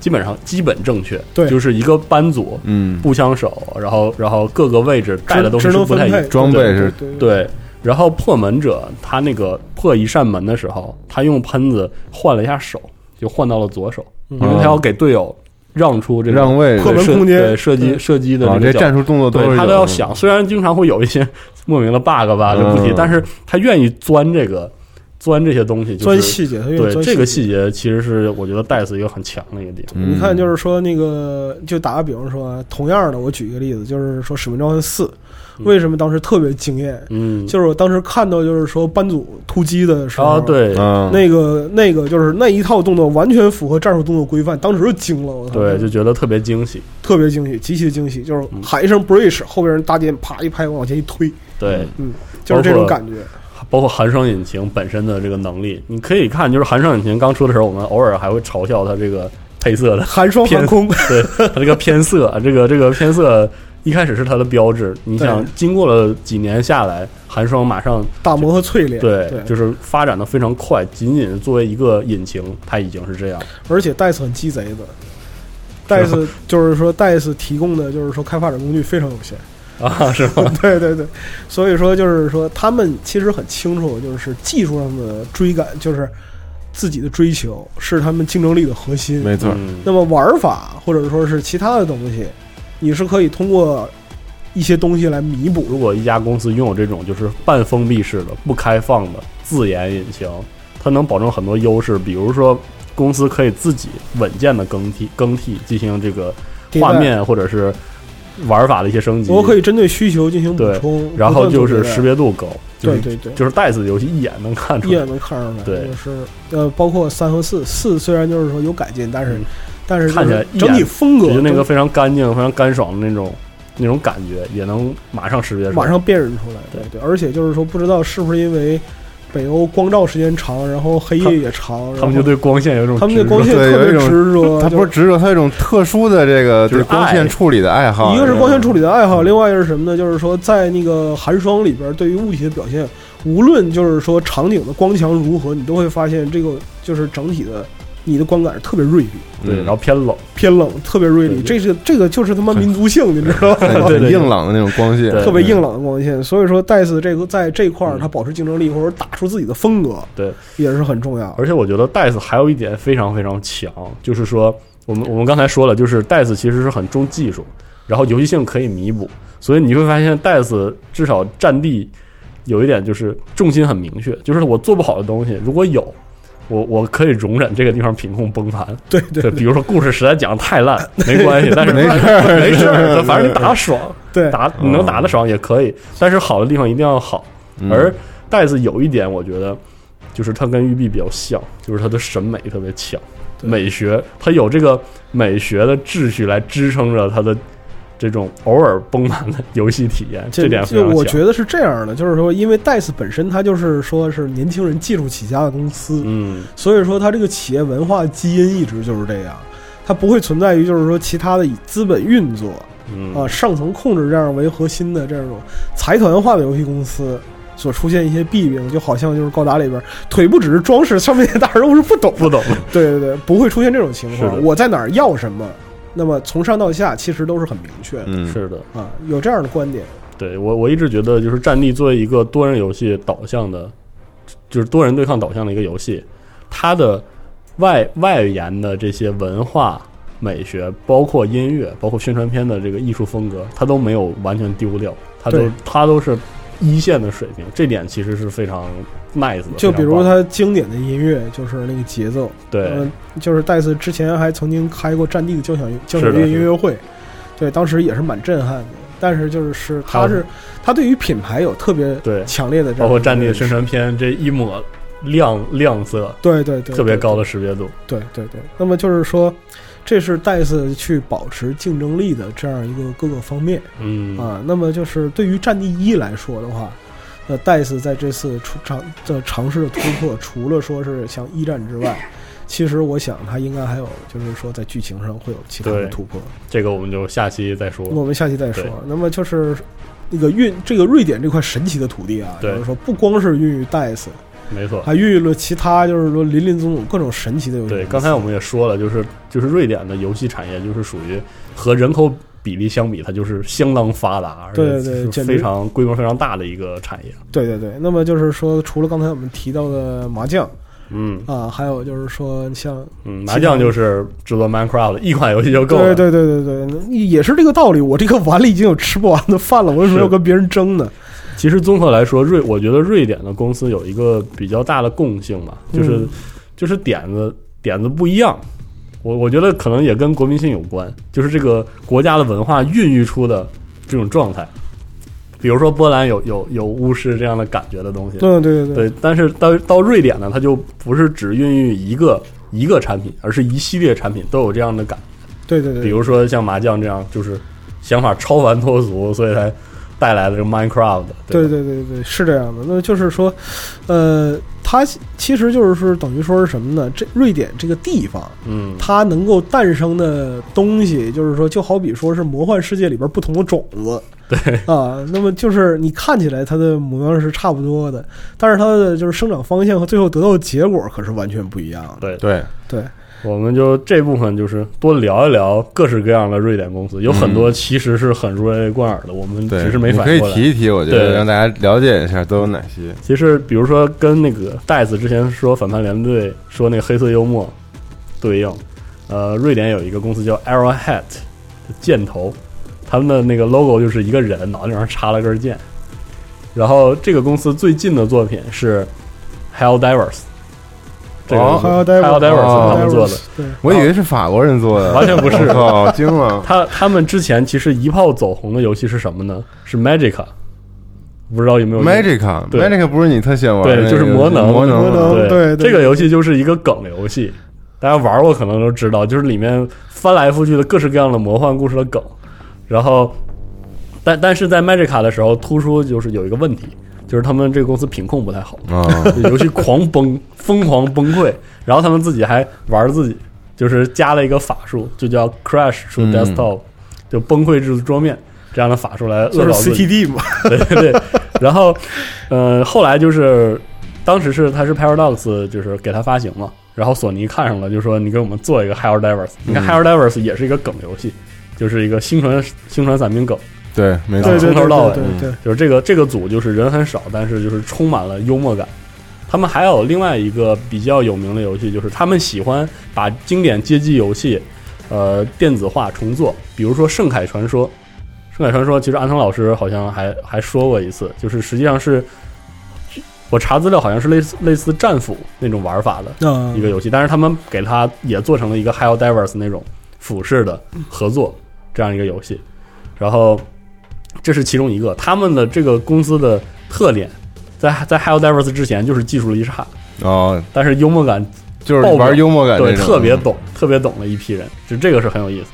B: 基本上基本正确，
I: 对
B: 就是一个班组，
H: 嗯
B: 步枪手，然后然后各个位置带的都是
I: 职能
B: 不太一
I: 分配
H: 装备是
I: 对对对
B: 对。然后破门者他那个破一扇门的时候，他用喷子换了一下手，就换到了左手，因为他要给队友让出这个
H: 啊让位
B: 对
I: 破门
B: 射
I: 空间
B: 对射击射击的
H: 啊，
B: 这
H: 这
B: 个角
H: 战术动作都
B: 对
H: 是
B: 他
H: 有
B: 都要
H: 的
B: 想，虽然经常会有一些 <laughs> 莫名的 bug 吧，就不提，
H: 嗯
B: 但是他愿意钻这个钻这些东西，就是
I: 钻细节，它有
B: 对
I: 钻
B: 这个
I: 细节。
B: 细节其实是我觉得戴斯一个很强的一个点。
H: 嗯
I: 你看，就是说那个，就打个比方说啊，同样的，我举一个例子，就是说《使命召唤四》，为什么当时特别惊艳？
B: 嗯，
I: 就是我当时看到，就是说班组突击的时候，
B: 啊，，对
H: 嗯，
I: 那个那个就是那一套动作完全符合战术动作规范，当时就惊了，我操，
B: 对，就觉得特别惊喜。
I: 特别惊喜，极其惊喜，就是
B: 嗯
I: 喊一声 bridge，后边人搭肩啪一拍，往前一推，
B: 对，
I: 嗯，就是这种感觉。
B: 包括寒霜引擎本身的这个能力，你可以看，就是寒霜引擎刚出的时候，我们偶尔还会嘲笑它这个配色的
I: 寒霜
B: 偏
I: 寒空，
B: 对，它这个偏色，啊这个这个偏色一开始是它的标志。你想
I: 对，
B: 经过了几年下来，寒霜马上
I: 打磨和淬炼，
B: 对，
I: 对，
B: 就是发展的非常快。仅仅作为一个引擎，它已经是这样。
I: 而且戴斯很鸡
B: <laughs>
I: 贼的。戴斯就是说，戴斯提供的就是说开发者工具非常有
B: <laughs>
I: 限
B: 啊，
I: 是吧？对对对，所以说就是说，他们其实很清楚，就是技术上的追赶，就是自己的追求是他们竞争力的核心。
H: 没错儿，
B: 嗯，
I: 那么玩法或者说是其他的东西，你是可以通过一些东西来弥补
B: 如果一家公司拥有这种就是半封闭式的、不开放的自研引擎，它能保证很多优势，比如说公司可以自己稳健的更替、更替进行这个
I: 迭代
B: 画面或者是玩法的一些升级。
I: 我可以，针对需求进行补
B: 对
I: 充，
B: 然后就是
I: 不断做迭代
B: 识别度高，就是
I: 对对对
B: 就是袋子游戏一眼能看出
I: 一
B: 来
I: 眼，能看出来，
B: 对
I: 就是呃，包括三和四，四虽然就是说有改进，但是、
B: 嗯
I: 但是就是
B: 看起来一眼
I: 整体风格
B: 就那个
I: 都
B: 非常干净、非常干爽的那种那种感觉，也能马上识别出来。
I: 马上辨认出来，对对，而且就是说不知道是不是因为北欧光照时间长，然后黑夜也长，
B: 他们就
I: 然后
B: 对光线有一种
I: 他们对
B: 执着
I: 光线
H: 对
I: 特
H: 有一
I: 别
H: 种
I: 执着，
H: 他
I: 就
H: 不是执着，他有一种特殊的这个
B: 就是
H: 对光
B: 爱
H: 线处理的爱好，
B: 啊
I: 一个是光线处理的爱好，另外一个是什么呢？就是说，在那个寒霜里边，对于物体的表现，无论就是说场景的光强如何，你都会发现这个就是整体的你的观感是特别锐利、
B: 对，然后偏冷，
I: 偏冷、特别锐利。
B: 对
I: 这是这个就是他妈民族性，你知道吗？
H: 嗯很
B: <laughs> 对
H: 很
B: 对
H: 硬朗的那种光线，
B: 对
I: 特别硬朗的光线。所以说，戴斯这个在这块儿，他保持竞争力或者打出自己的风格
B: 对。
I: 也是很重要。
B: 而且我觉得戴斯还有一点非常非常强，就是说我们我们刚才说了，就是戴斯其实是很重技术，然后游戏性可以弥补，所以你会发现戴斯至少战地有一点就是重心很明确，就是我做不好的东西如果有。我我可以容忍这个地方品控崩盘，
I: 对对
B: 对，比如说故事实在讲得太
H: <laughs>
B: 烂，没关系，但是
H: 没事儿
B: 没 <laughs> 事儿，反正你打得爽，
I: 嗯对，
B: 打你能打得爽也可以，但是好的地方一定要好。而袋子有一点，我觉得就是它跟玉璧比较像，就是它的审美特别强，美学它有这个美学的秩序来支撑着它的这种偶尔崩盘的游戏体验，这点非
I: 就
B: 常
I: 我
B: 强。
I: 觉得是这样的，就是说，因为戴斯本身它就是说是年轻人技术起家的公司，
B: 嗯，
I: 所以说它这个企业文化基因一直就是这样，它不会存在于就是说其他的以资本运作
B: 嗯
I: 啊、上层控制这样为核心的这种财团化的游戏公司。所出现一些弊病，就好像就是高达里边腿不只是装饰，上面那大人物是不
B: <laughs>
I: 懂，
B: 不懂，
I: 对对对，不会出现这种情
B: 是
I: 况。
B: 的
I: 我在哪儿要什么，那么从上到下其实都是很明确的、
H: 嗯，
B: 是的，
I: 啊，有这样的观点。
B: 对我我一直觉得，就是《战地》作为一个多人游戏导向的，就是多人对抗导向的一个游戏，它的外外延的这些文化、美学，包括音乐，包括宣传片的这个艺术风格，它都没有完全丢掉，它都
I: 对
B: 它都是一线的水平，这点其实是非常 nice 的。
I: 就比
B: 非
I: 如
B: 常棒
I: 它经典的音乐，就是那个节奏，
B: 对、
I: 嗯，就是戴斯之前还曾经开过《战地》的交响乐交响
B: 是
I: 乐
B: 的是的
I: 音乐会，对，当时也是蛮震撼的。但是就是是
B: 还
I: 他
B: 有
I: 是他对于品牌有特别
B: 对
I: 强烈的这样
B: 包括《
I: 一个
B: 战地》的
I: 认识
B: 宣传片，这一抹亮亮色，
I: 对对对
B: 特别高
I: 的
B: 的识别度。
I: 对对对。那么就是说，这是戴斯去保持竞争力的这样一个各个方面
B: 嗯，
I: 啊啊。那么就是对于《战地一》来说的话，呃，DICE 在这次出尝的尝试的突
B: <laughs>
I: 破，除了说是像一战之外，其实我想它应该还有就是说在剧情上会有其他的
B: 对
I: 突破。
B: 这个我们就下期再说。
I: 我们下期再说
B: 对。
I: 那么就是那个孕这个瑞典这块神奇的土地啊，就
B: 对
I: 是说不光是孕育 DICE，
B: 没错，
I: 还孕育了其他就是说林林总总各种神奇的游戏。
B: 对，刚才我们也说了，就是就是瑞典的游戏产业就是属于和人口比例相比，它就是相当发达，而且
I: 对对
B: 是
I: 简直
B: 非常规模非常大的一个产业。
I: 对对对，那么就是说，除了刚才我们提到的麻将
B: 嗯
I: 啊，还有就是说像
B: 嗯，麻将就是制作 Minecraft 一款游戏就够了。
I: 对对对对对，也是这个道理。我这个碗里已经有吃不完的饭了，我为什么要跟别人争呢？
B: 其实综合来说，瑞我觉得瑞典的公司有一个比较大的共性吧，就是、
I: 嗯
B: 就是点子点子不一样。我我觉得可能也跟国民性有关，就是这个国家的文化孕育出的这种状态。比如说波兰有有有巫师这样的感觉的东西，
I: 对对对对，
B: 对，但是到到瑞典呢，它就不是只孕育一个一个产品，而是一系列产品都有这样的感觉
I: 对对对，
B: 比如说像麻将这样，就是想法超凡脱俗，所以才带来的这个 Minecraft
I: 对
B: 吧。
I: 对对对，是这样的。那就是说，呃，它其实就是说等于说是什么呢？这瑞典这个地方，
B: 嗯，
I: 它能够诞生的东西，就是说，就好比说是魔幻世界里边不同的种子。对啊，那么就是你看起来它的模样是差不多的，但是它的就是生长方向和最后得到的结果可是完全不一样的。
B: 对，
H: 对，
I: 对，
B: 我们就这部分就是多聊一聊各式各样的瑞典公司，有很多其实是很如雷贯耳的，我们
H: 嗯对，
B: 其实没
H: 你
B: 反
H: 可以
B: 应过来。
H: 提一提，我觉
B: 对
H: 得让大家了解一下都有哪些。
B: 其实，比如说跟那个戴子之前说反叛联队说那个黑色幽默对应，呃，瑞典有一个公司叫 Arrowhead，就箭头，他们的那个 logo 就是一个人脑袋上插了根箭。然后这个公司最近的作品是 Helldivers，这个
H: 哦
I: 还有 Divers，
B: Helldivers
H: 哦
B: 他们做的，
I: 对，
H: 我以为是法国人做的，
B: 完全不是
H: 我靠，惊了！
B: 他他们之前其实一炮走红的游戏是什么呢？是 Magica，不知道有没有印象对
H: Magic，Magic 不是你特喜欢玩的那
B: 对，
H: 个
B: 就是魔能，
H: 魔能，
I: 能对对
B: 这个游戏就是一个梗游戏，大家玩过可能都知道，就是里面翻来覆去的各式各样的魔幻故事的梗。然后，但但是在 Magica 的时候，突出就是有一个问题，就是他们这个公司品控不太好，
H: 啊，
B: 游戏狂崩，疯狂崩溃，然后他们自己还玩自己，就是加了一个法术，就叫 Crash to
H: 嗯
B: Desktop，、就崩溃至桌面这样的法术来
I: 就
B: 恶
I: 是
B: 搞自己。
I: CTD 嘛。
B: 对对对。然后，呃，后来就是当时是他是 Paradox，就是给他发行嘛，然后索尼看上了，就说你给我们做一个 Hell Divers。你
I: 嗯
B: 看 Hell Divers 也是一个梗游戏，就是一个星船星船散兵梗， <laughs>
H: 对，没错
I: 对，对
B: 从头
I: 对
B: 到
I: 对
B: 尾
I: 对对，
B: 就是这个这个组就是人很少，但是就是充满了幽默感。他们还有另外一个比较有名的游戏，就是他们喜欢把经典街机游戏，呃，电子化重做。比如说《圣凯传说》，《圣凯传说》其实安藤老师好像还还说过一次，就是实际上是我查资料，好像是类似类似战斧那种玩法的，
I: 啊
B: 一，个游戏，但是他们给它也做成了一个 Hell Divers 那种俯视的合作这样一个游戏，然后这是其中一个。他们的这个公司的特点，在在 Hell Divers 之前就是技术力差，
H: 哦，
B: 但是幽默感
H: 就是
B: 爆
H: 玩
B: 表
H: 幽默感
B: 对
H: 那种嗯
B: 特别懂，特别懂的一批人，就这个是很有意思。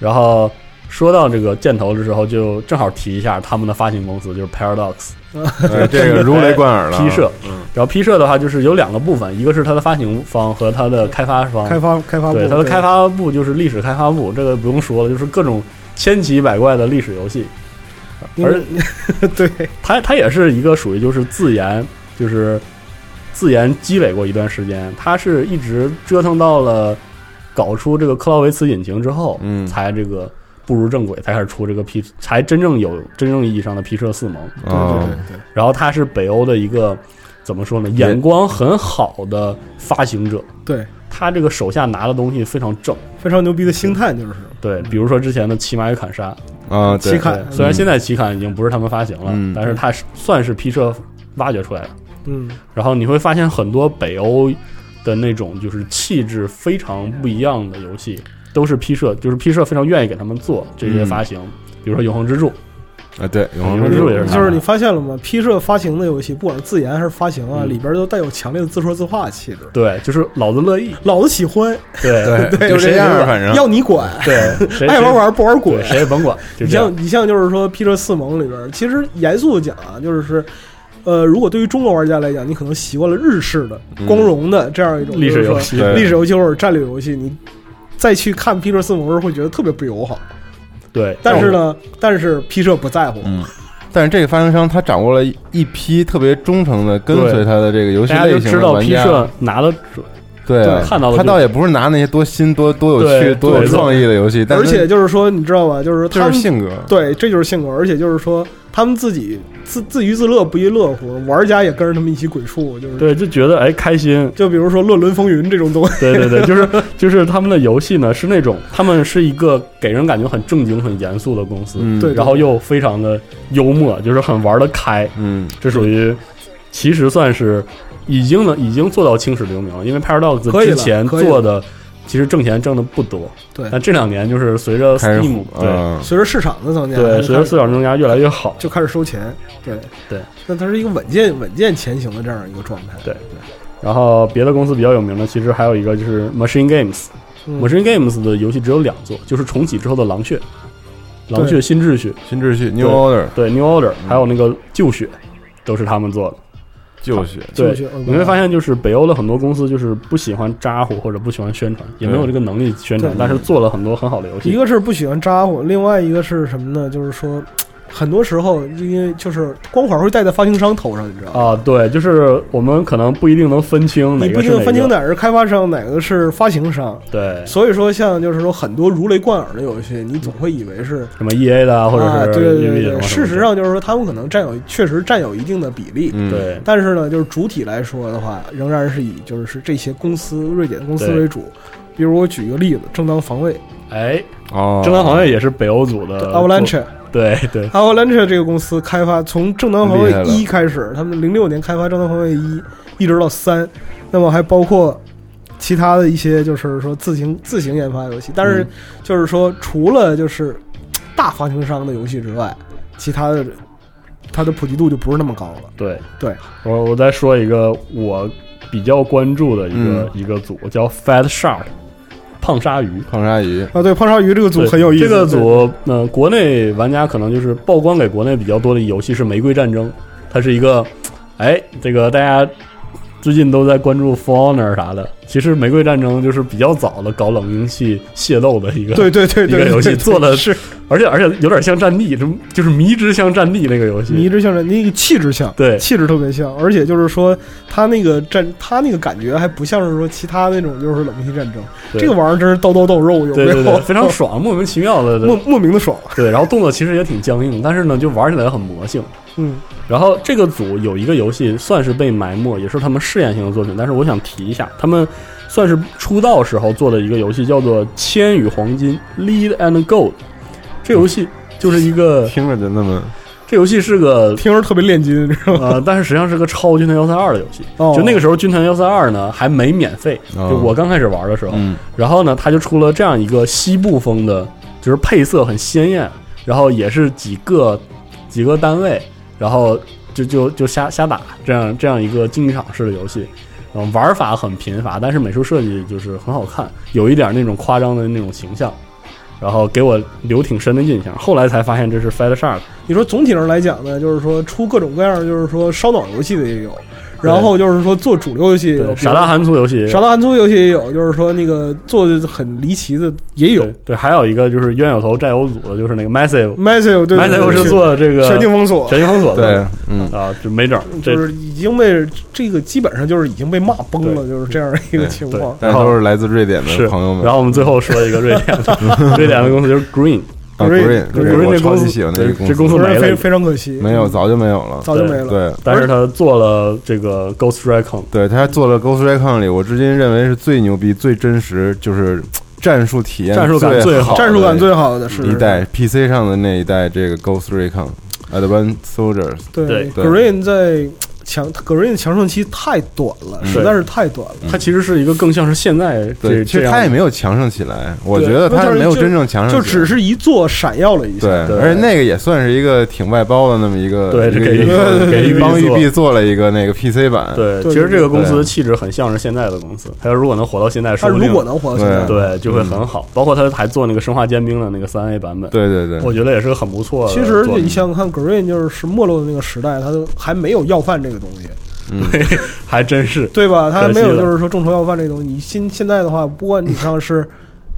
B: 然后说到这个箭头的时候，就正好提一下他们的发行公司，就是 Paradox。
H: 哎这个如雷贯耳
B: <laughs>
H: 了。啊
B: 批社，
H: 嗯
B: 然后批社的话就是有两个部分，一个是它的发行方和它的开发方，
I: 开发开发部
B: 嗯对，它的开发部就是历史开发部，这个不用说了，就是各种千奇百怪的历史游戏，而
I: <laughs> 对
B: 它它也是一个属于就是自研，就是自研积累过一段时间，它是一直折腾到了搞出这个克劳维茨引擎之后，
H: 嗯
B: 才这个步入正轨，才开始出这个 P，才真正有真正意义上的 P 社四盟。
H: 哦，
B: 然后他是北欧的一个怎么说呢，眼光很好的发行者，
I: 对，
B: 他这个手下拿的东西非常正。
I: 非常牛逼的星探就是
B: 对，比如说之前的《骑马与砍杀》，
H: 啊，对
I: 奇坎
B: 对，虽然现在《奇坎》已经不是他们发行了，
H: 嗯
B: 但是它是算是 P 社挖掘出来的。
I: 嗯，
B: 然后你会发现很多北欧的那种就是气质非常不一样的游戏，都是 P 社，就是 P 社非常愿意给他们做这些发行，
I: 嗯
B: 比如说《永恒之柱》，
H: 啊，对，永
B: 永
H: 恒
B: 恒之
H: 之
B: 柱
H: 柱
B: 也是他
I: 就是你发现了吗？P 社发行的游戏，不管是自研还是发行啊，
B: 嗯
I: 里边都带有强烈的自说自话的气质。
B: 对，就是老
I: <laughs>
B: 子乐意，
I: 老子喜欢，
B: 对
H: 对，就这样儿，反正
I: 要你管， <laughs>
B: 对，啊谁
I: 爱玩，玩不玩
B: 谁对
I: 滚。
B: 谁也甭管，就
I: 你
B: 这样
I: 像。你像就是说《披着四盟》里边，其实严肃地讲啊，就是呃，如果对于中国玩家来讲，你可能习惯了日式的
H: 嗯
I: 光荣的这样一种
B: 历
I: 就
B: 史游
I: 是说
B: 戏
H: 对
I: <laughs> 历史游戏或者战略游戏，你再去看 P 社四模式会觉得特别不友好。
B: 对，
I: 但是
B: 哦
I: 呢，但是 P 社不在乎，
H: 嗯，但是这个发行商他掌握了一批特别忠诚的跟随他的这个游戏
B: 大家
H: 类
B: 就
H: 型
B: 知
H: 的
B: 道
H: 玩
B: P
H: 家，
B: 社拿的
H: 对啊，
B: 看到了
H: 他
B: 就
H: 倒也不是拿那些多新、多多有趣、
B: 对
H: 多有创意的游戏，但
I: 而
H: 是
I: 且就是说，你知道吧？就是他
H: 这
I: 们
H: 是性格，
I: 对，这就是性格，而且就是说，他们自己自自娱自乐，不亦乐乎，玩家也跟着他们一起鬼畜，就是
B: 对，就觉得哎开心，
I: 就比如说《乱伦风云》这种东西，
B: <laughs> 对对对，就是就是他们的游戏呢是那种，他们是一个给人感觉很正经、很严肃的公司，
H: 嗯，
I: 对
B: 然后又非常的幽默，就是很玩得开，
H: 嗯，
B: 这属于其实算是已经能已经做到青史留名了，因为 Paradox
I: 可以
B: 之
I: 了
B: 前
I: 可以了
B: 做的其实挣钱挣的不多，
I: 对
B: 但这两年就是随着
H: 开始
B: Steam 对
H: 嗯
I: 随着市场的增加，
B: 对，随着
I: 市
B: 四小时增加越来越好，
I: 就开始收钱，对
B: 对，
I: 那它是一个稳健稳健前行的这样一个状态，
B: 对然后别的公司比较有名的，其实还有一个就是 Machine Games。
I: 嗯
B: Machine Games 的游戏只有两座，就是重启之后的《狼血》，《狼血
I: 对嗯
B: 新秩序》
H: 新秩序 New
B: 对
H: Order
B: 对《New Order》，还有那个《旧血》，都是他们做的。
H: 旧血，
B: 对
I: 旧血，嗯
B: 你会发现，就是北欧的很多公司就是不喜欢咋呼或者不喜欢宣传，也没有这个能力宣传
I: 对，
B: 但是做了很多很好的游
I: 一
B: 戏。
I: 个是不喜欢咋呼，另外一个是什么呢？就是说，很多时候因为就是光环会戴在发行商头上，你知道吗？
B: 啊，对，就是我们可能不一定能分清哪
I: 你不一
B: 个是
I: 定
B: 哪
I: 分清
B: 个。
I: 哪个是开发商，哪个是发行商，
B: 对，
I: 所以说，像就是说很多如雷贯耳的游戏，你总会以为是
B: 什么 E A 的 <laughs> 啊，或者
I: 啊，
B: 是
I: 对对对
B: EVE 什么
I: 对，
B: 的
I: 事实，上就是说他们可能占有确实占有一定的比例，
H: 嗯，
B: 对
I: 但是呢，就是主体来说的话，仍然是以就是这些公司瑞典公司
B: 对
I: 为主。比如我举一个例子，正当防卫
B: 哎，
H: 哦，
B: 正当防卫也是北欧组的
I: Avalanche，Avalanche
B: 呃做对对，
I: 这个公司开发从正当防卫
H: 厉害了
I: 一开始，他们零六年开发正当防卫一，一直到三，那么还包括其他的一些就是说自行自行研发游戏，但是
H: 嗯
I: 就是说除了就是大发行商的游戏之外，其他的它的普及度就不是那么高了。
B: 对
I: 对，
B: 我我再说一个我比较关注的一
I: 嗯
B: 个、一个组，叫 Fat Shark，胖鲨鱼。
H: 胖鲨鱼，
I: 啊，对，胖鲨鱼这个组
B: 对
I: 很有意思。
B: 这个组，呃，国内玩家可能就是曝光给国内比较多的游戏是《玫瑰战争》，它是一个，哎，这个大家最近都在关注 For Honor 啥的，其实《玫瑰战争》就是比较早的搞冷兵器械斗的一个， <laughs>
I: 对对对对
B: 一个
I: 对，
B: 游戏
I: 对
B: 做的是，而且而且有点像《战地》，就就是迷之像《战地》那个游戏，
I: 迷之像人，那个气质像，
B: 对
I: 气质特别像，而且就是说他那个战，他那个感觉还不像是说其他那种就是冷兵器战争，
B: 对
I: 这个玩意儿真是刀刀斗肉，有没
B: 对对对
I: <laughs> 有？
B: 非常爽，莫名其
I: <laughs>
B: 妙的
I: 莫莫名的爽，啊
B: 对，然后动作其实也挺僵硬，但是呢，就玩起来很魔性。
I: 嗯，
B: 然后这个组有一个游戏算是被埋没，也是他们试验性的作品，但是我想提一下，他们算是出道时候做的一个游戏，叫做《千与黄金》（Lead and Gold）。这游戏就是一个，
H: 听着就那么
B: 这游戏是个
I: 听着特别炼金，你 <laughs> 知道吗？
B: 呃，但是实际上是个超军团幺三二的游戏。
I: 哦
B: 就那个时候，军团幺三二呢还没免费，就
H: 哦
B: 我刚开始玩的时候。
H: 嗯
B: 然后呢，它就出了这样一个西部风的，就是配色很鲜艳，然后也是几个几个单位，然后就就就瞎瞎打这样这样一个竞技场式的游戏。嗯，玩法很贫乏，但是美术设计就是很好看，有一点那种夸张的那种形象，然后给我留挺深的印象。后来才发现这是 Fat Shark，
I: 你说总体上来讲呢，就是说出各种各样，就是说烧脑游戏的也有，然后就是说做主流游戏也有，
B: 对，傻大含粗游戏，
I: 傻大含粗游戏也有，就是说那个做的很离奇的也有
B: 对。对，还有一个就是冤有头债有主的，就是那个
I: Massive
B: Massive，Massive
I: 对对对
B: 是做这个
I: 全境封锁，
B: 全境封锁
H: 对
B: 的，
H: 嗯
B: 啊，就没整，这
I: 就是已经被这个基本上就是已经被骂崩了，
B: 对
I: 就是这样一个情
B: 对
I: 况。
H: 但是都是来自瑞典
B: 是
H: 的朋友们，
B: 然后我们最后说一个瑞典的，瑞典的公司就是 Green，
H: 啊
I: Green-
H: Green，
B: Green
H: 我
B: 这
H: 超
B: 公司
H: 级喜欢那
B: 对
H: 个
B: 这公
H: 司
I: 不
B: 司没
I: 是非
B: 了，
I: 非常可惜，
H: 没有，早就没有了，
I: 早就没了。
H: 对。
B: 但是他做了这个 Ghost Recon，
H: 对，他还做了《Ghost Recon》里，我至今认为是最牛逼、最真实，就是战术体验、
B: 战术感最好
H: 好、
I: 战术感最好的是
H: 一代 PC 上的那一代这个《Ghost Recon》Advanced Soldiers。
I: 对
B: 对
H: 对
I: Green 在强葛瑞的强盛期太短了，
H: 嗯
I: 实在是太短了。
H: 嗯
B: 它其实是一个更像是现在这
H: 对，其
B: 这
H: 实
B: 样
H: 他也没有强盛起来，我
I: 对
H: 觉得
I: 那
H: 他
I: 就是
H: 没有
I: 就
H: 真正强盛
I: 就
H: 起来，
I: 只是一座闪耀了一下。
H: 对，
B: 对
H: 而且那个也算是一个挺外包的那么一个，
B: 对
H: 一
B: 这
H: 个
B: 给
H: 一
B: 育
H: 个
B: 碧给育碧
H: 帮育
B: 做
H: 碧做了一个那个 PC 版，
B: 对，
I: 对
B: 其实这
H: 对
B: 个公司的气质很像是现在的公司，它如果能活到现在，
I: 他
B: 说不定
I: 如果能活到现在，
B: 对就会很好。包括它还做那个《生化煎饼》的那个三 A 版本，
H: 对对对
B: 我觉得也是个很不错的
I: 其
B: 作品。
I: 实你想想看，Green 就是没落的那个时代，他都还没有要饭这个东西，
B: <laughs> 还真是
I: 对吧？他还
B: 可惜
I: 没有
B: 了
I: 就是说众筹要饭这个东西。你现现在的话，不管你上是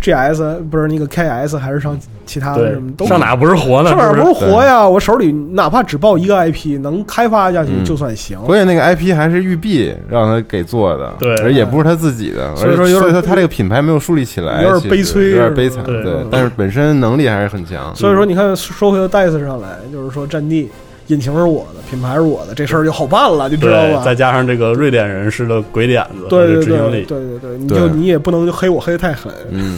I: GS <laughs> 不是那个 KS，还是上其他的
B: 对
I: 啊什么，都
B: 上哪不是活呢？
I: 上哪
B: 是嗯
I: 不是活呀？我手里哪怕只抱一个 IP，能开发下去
H: 嗯
I: 就算行。
H: 关键那个 IP 还是育碧让他给做的，
B: 对
H: 而也不是他自己的，
I: 所以说
H: 而且
I: 有点
H: 所以说他这个品牌没有树立起来，
I: 有点
H: 其实
I: 悲催
H: 有点悲惨，
B: 对
H: 对
I: 嗯，
H: 但是本身能力还是很强，
I: 所以说，你看，说回到 DICE 上来，就是说战地。引擎是我的，品牌是我的，这事儿就好办了，你知道
B: 对，
I: 吧？
B: 再加上这个瑞典人式的鬼点子，
I: 啊对对
B: 这执行
I: 对对
B: 力，
I: 对对，你就
H: 对
I: 你也不能黑我黑的太狠。
H: 嗯，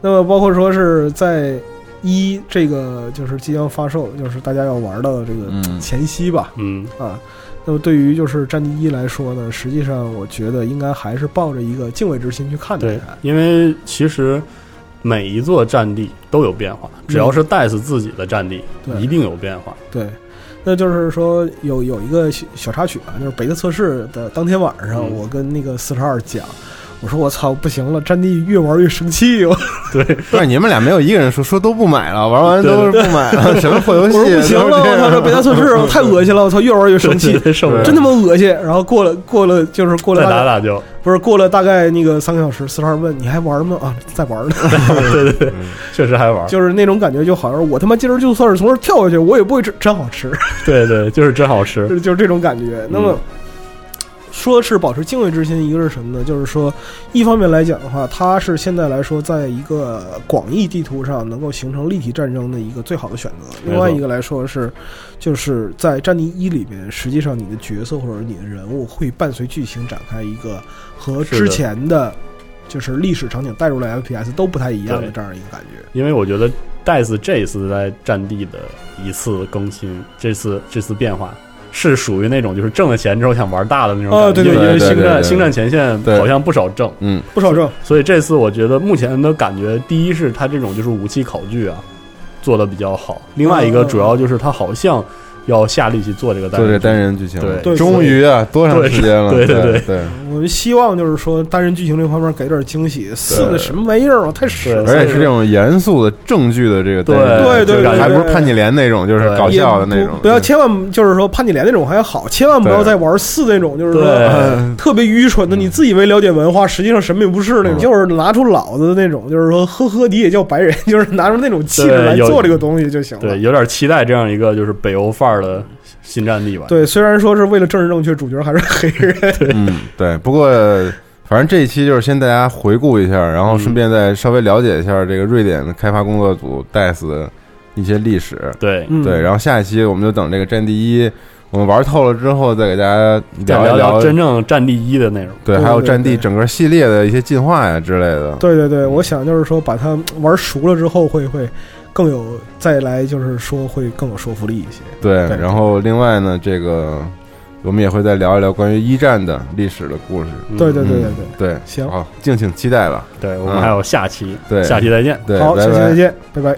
I: 那么包括说是在一这个就是即将发售，就是大家要玩到的这个
H: 嗯
I: 前夕吧，
B: 嗯，
I: 啊，那么对于就是战地一来说呢，实际上我觉得应该还是抱着一个敬畏之心去看待
B: 对
I: 它。，
B: 因为其实每一座战地都有变化，只要是 DICE 自己的战地，
I: 嗯对
B: 一定有变化。
I: 对，那就是说有有一个小小插曲啊，就是北特测试的当天晚上，
B: 嗯
I: 我跟那个四十二讲，我说我操不行了，战地越玩越生气，我 <laughs>
H: 但是你们俩没有一个人说 <laughs> 说都不买了，玩完
B: 对
H: 都是不买了，
I: <laughs>
H: 什么破游
I: 我
H: 戏，啊
I: 说不行了，
H: 都是
I: 我
H: 这样
I: 操这北特
H: <laughs>
I: 测试我太恶心了，我操越玩越生气，
B: 啊 <laughs> 对受不了
I: 真他妈恶心。然后过了过了就是过了
B: 再
I: 大
B: 打
I: 概
B: 打
H: <laughs>
B: 就
I: 不是过了大概那个三个小时，四十二问你还玩吗？啊，在玩呢， <laughs>
B: 对对对，
H: 嗯
B: 确实还玩，
I: 就是那种感觉，就好像我他妈今儿就算是从这儿跳下去，我也不会吃，真好吃，
B: 对对，就是真好吃
I: 就。是就是这种感觉。那
B: 嗯
I: 么。说是保持敬畏之心，一个是什么呢？就是说，一方面来讲的话，它是现在来说，在一个广义地图上能够形成立体战争的一个最好的选择。
B: 没错
I: 另外一个来说是，就是在《战地一》里边，实际上你的角色或者你的人物会伴随剧情展开一个和
B: 是的
I: 之前的，就是历史场景带入了 FPS 都不太一样的
B: 对
I: 这样一个感觉。
B: 因为我觉得 DICE 这一次在战地的一次更新，这次这次变化是属于那种就是挣了钱之后想玩大的那种感觉。
I: 哦对对
B: 因为因为
H: 对对
B: 星
H: 对对对
B: 战星战前线
H: 对
B: 好像不少挣，
H: 嗯，
I: 不少挣，
B: 所以这次我觉得目前的感觉，第一是它这种就是武器考据啊做的比较好，另外一个主要就是它好像要下力气做这个单
H: 做这
B: 人
H: 单人剧情了，
I: 对
H: 终于啊，多长时间了？
B: 对对对
H: 对
B: 对
H: 对，
I: 我们希望就是说单人剧情这方面给点惊喜。四个什么玩意儿啊，太屎了！
B: 对
H: 而且是这种严肃的证据的这个单人，
I: 对对对对
H: 还不是叛逆连那种，就是
B: 对
H: 搞
I: 也
H: 笑的那种
I: 不，不要千万就是说叛逆连那种还好，千万不要再玩四那种，就是说
B: 对
I: 呃特别愚蠢的，你自以为了解文化，实际上什么也不是那种，就是拿出老子的那种，就是说呵呵，你也叫白人，就是拿出那种气质
B: 对
I: 来
B: 有
I: 做这个东西就行了
B: 对，。有点期待这样一个就是北欧范儿的新战地吧。
I: 对，虽然说是为了政治正确，主角还是黑人，
H: 嗯，对。不过，反正这一期就是先大家回顾一下，然后顺便再稍微了解一下这个瑞典的开发工作组 DICE 的一些历史。
B: 对
I: 嗯
H: 对，然后下一期我们就等这个《战地一》，我们玩透了之后，再给大家
B: 再
H: 一
B: 聊
H: 聊
B: 聊真正战地一的内容。
H: 对，
I: 对
H: 还有《
I: 对
H: 战地
I: 对》
H: 整个系列的一些进化呀之类的。
I: 对对对，我想就是说把它玩熟了之后，会会更有再来，就是说会更有说服力一些。
H: 对，
I: 对
H: 然后另外呢，这个我们也会再聊一聊关于一战的历史的故事。
B: 嗯
I: 对对对对
H: 嗯
I: 对。
H: 对，
I: 行
H: 好，敬请期待吧。
B: 对，我们还有下期，
H: 对
B: 下期再见。
H: 嗯对，
I: 好，
H: 拜
I: 下期
H: 拜
I: 再见，拜拜。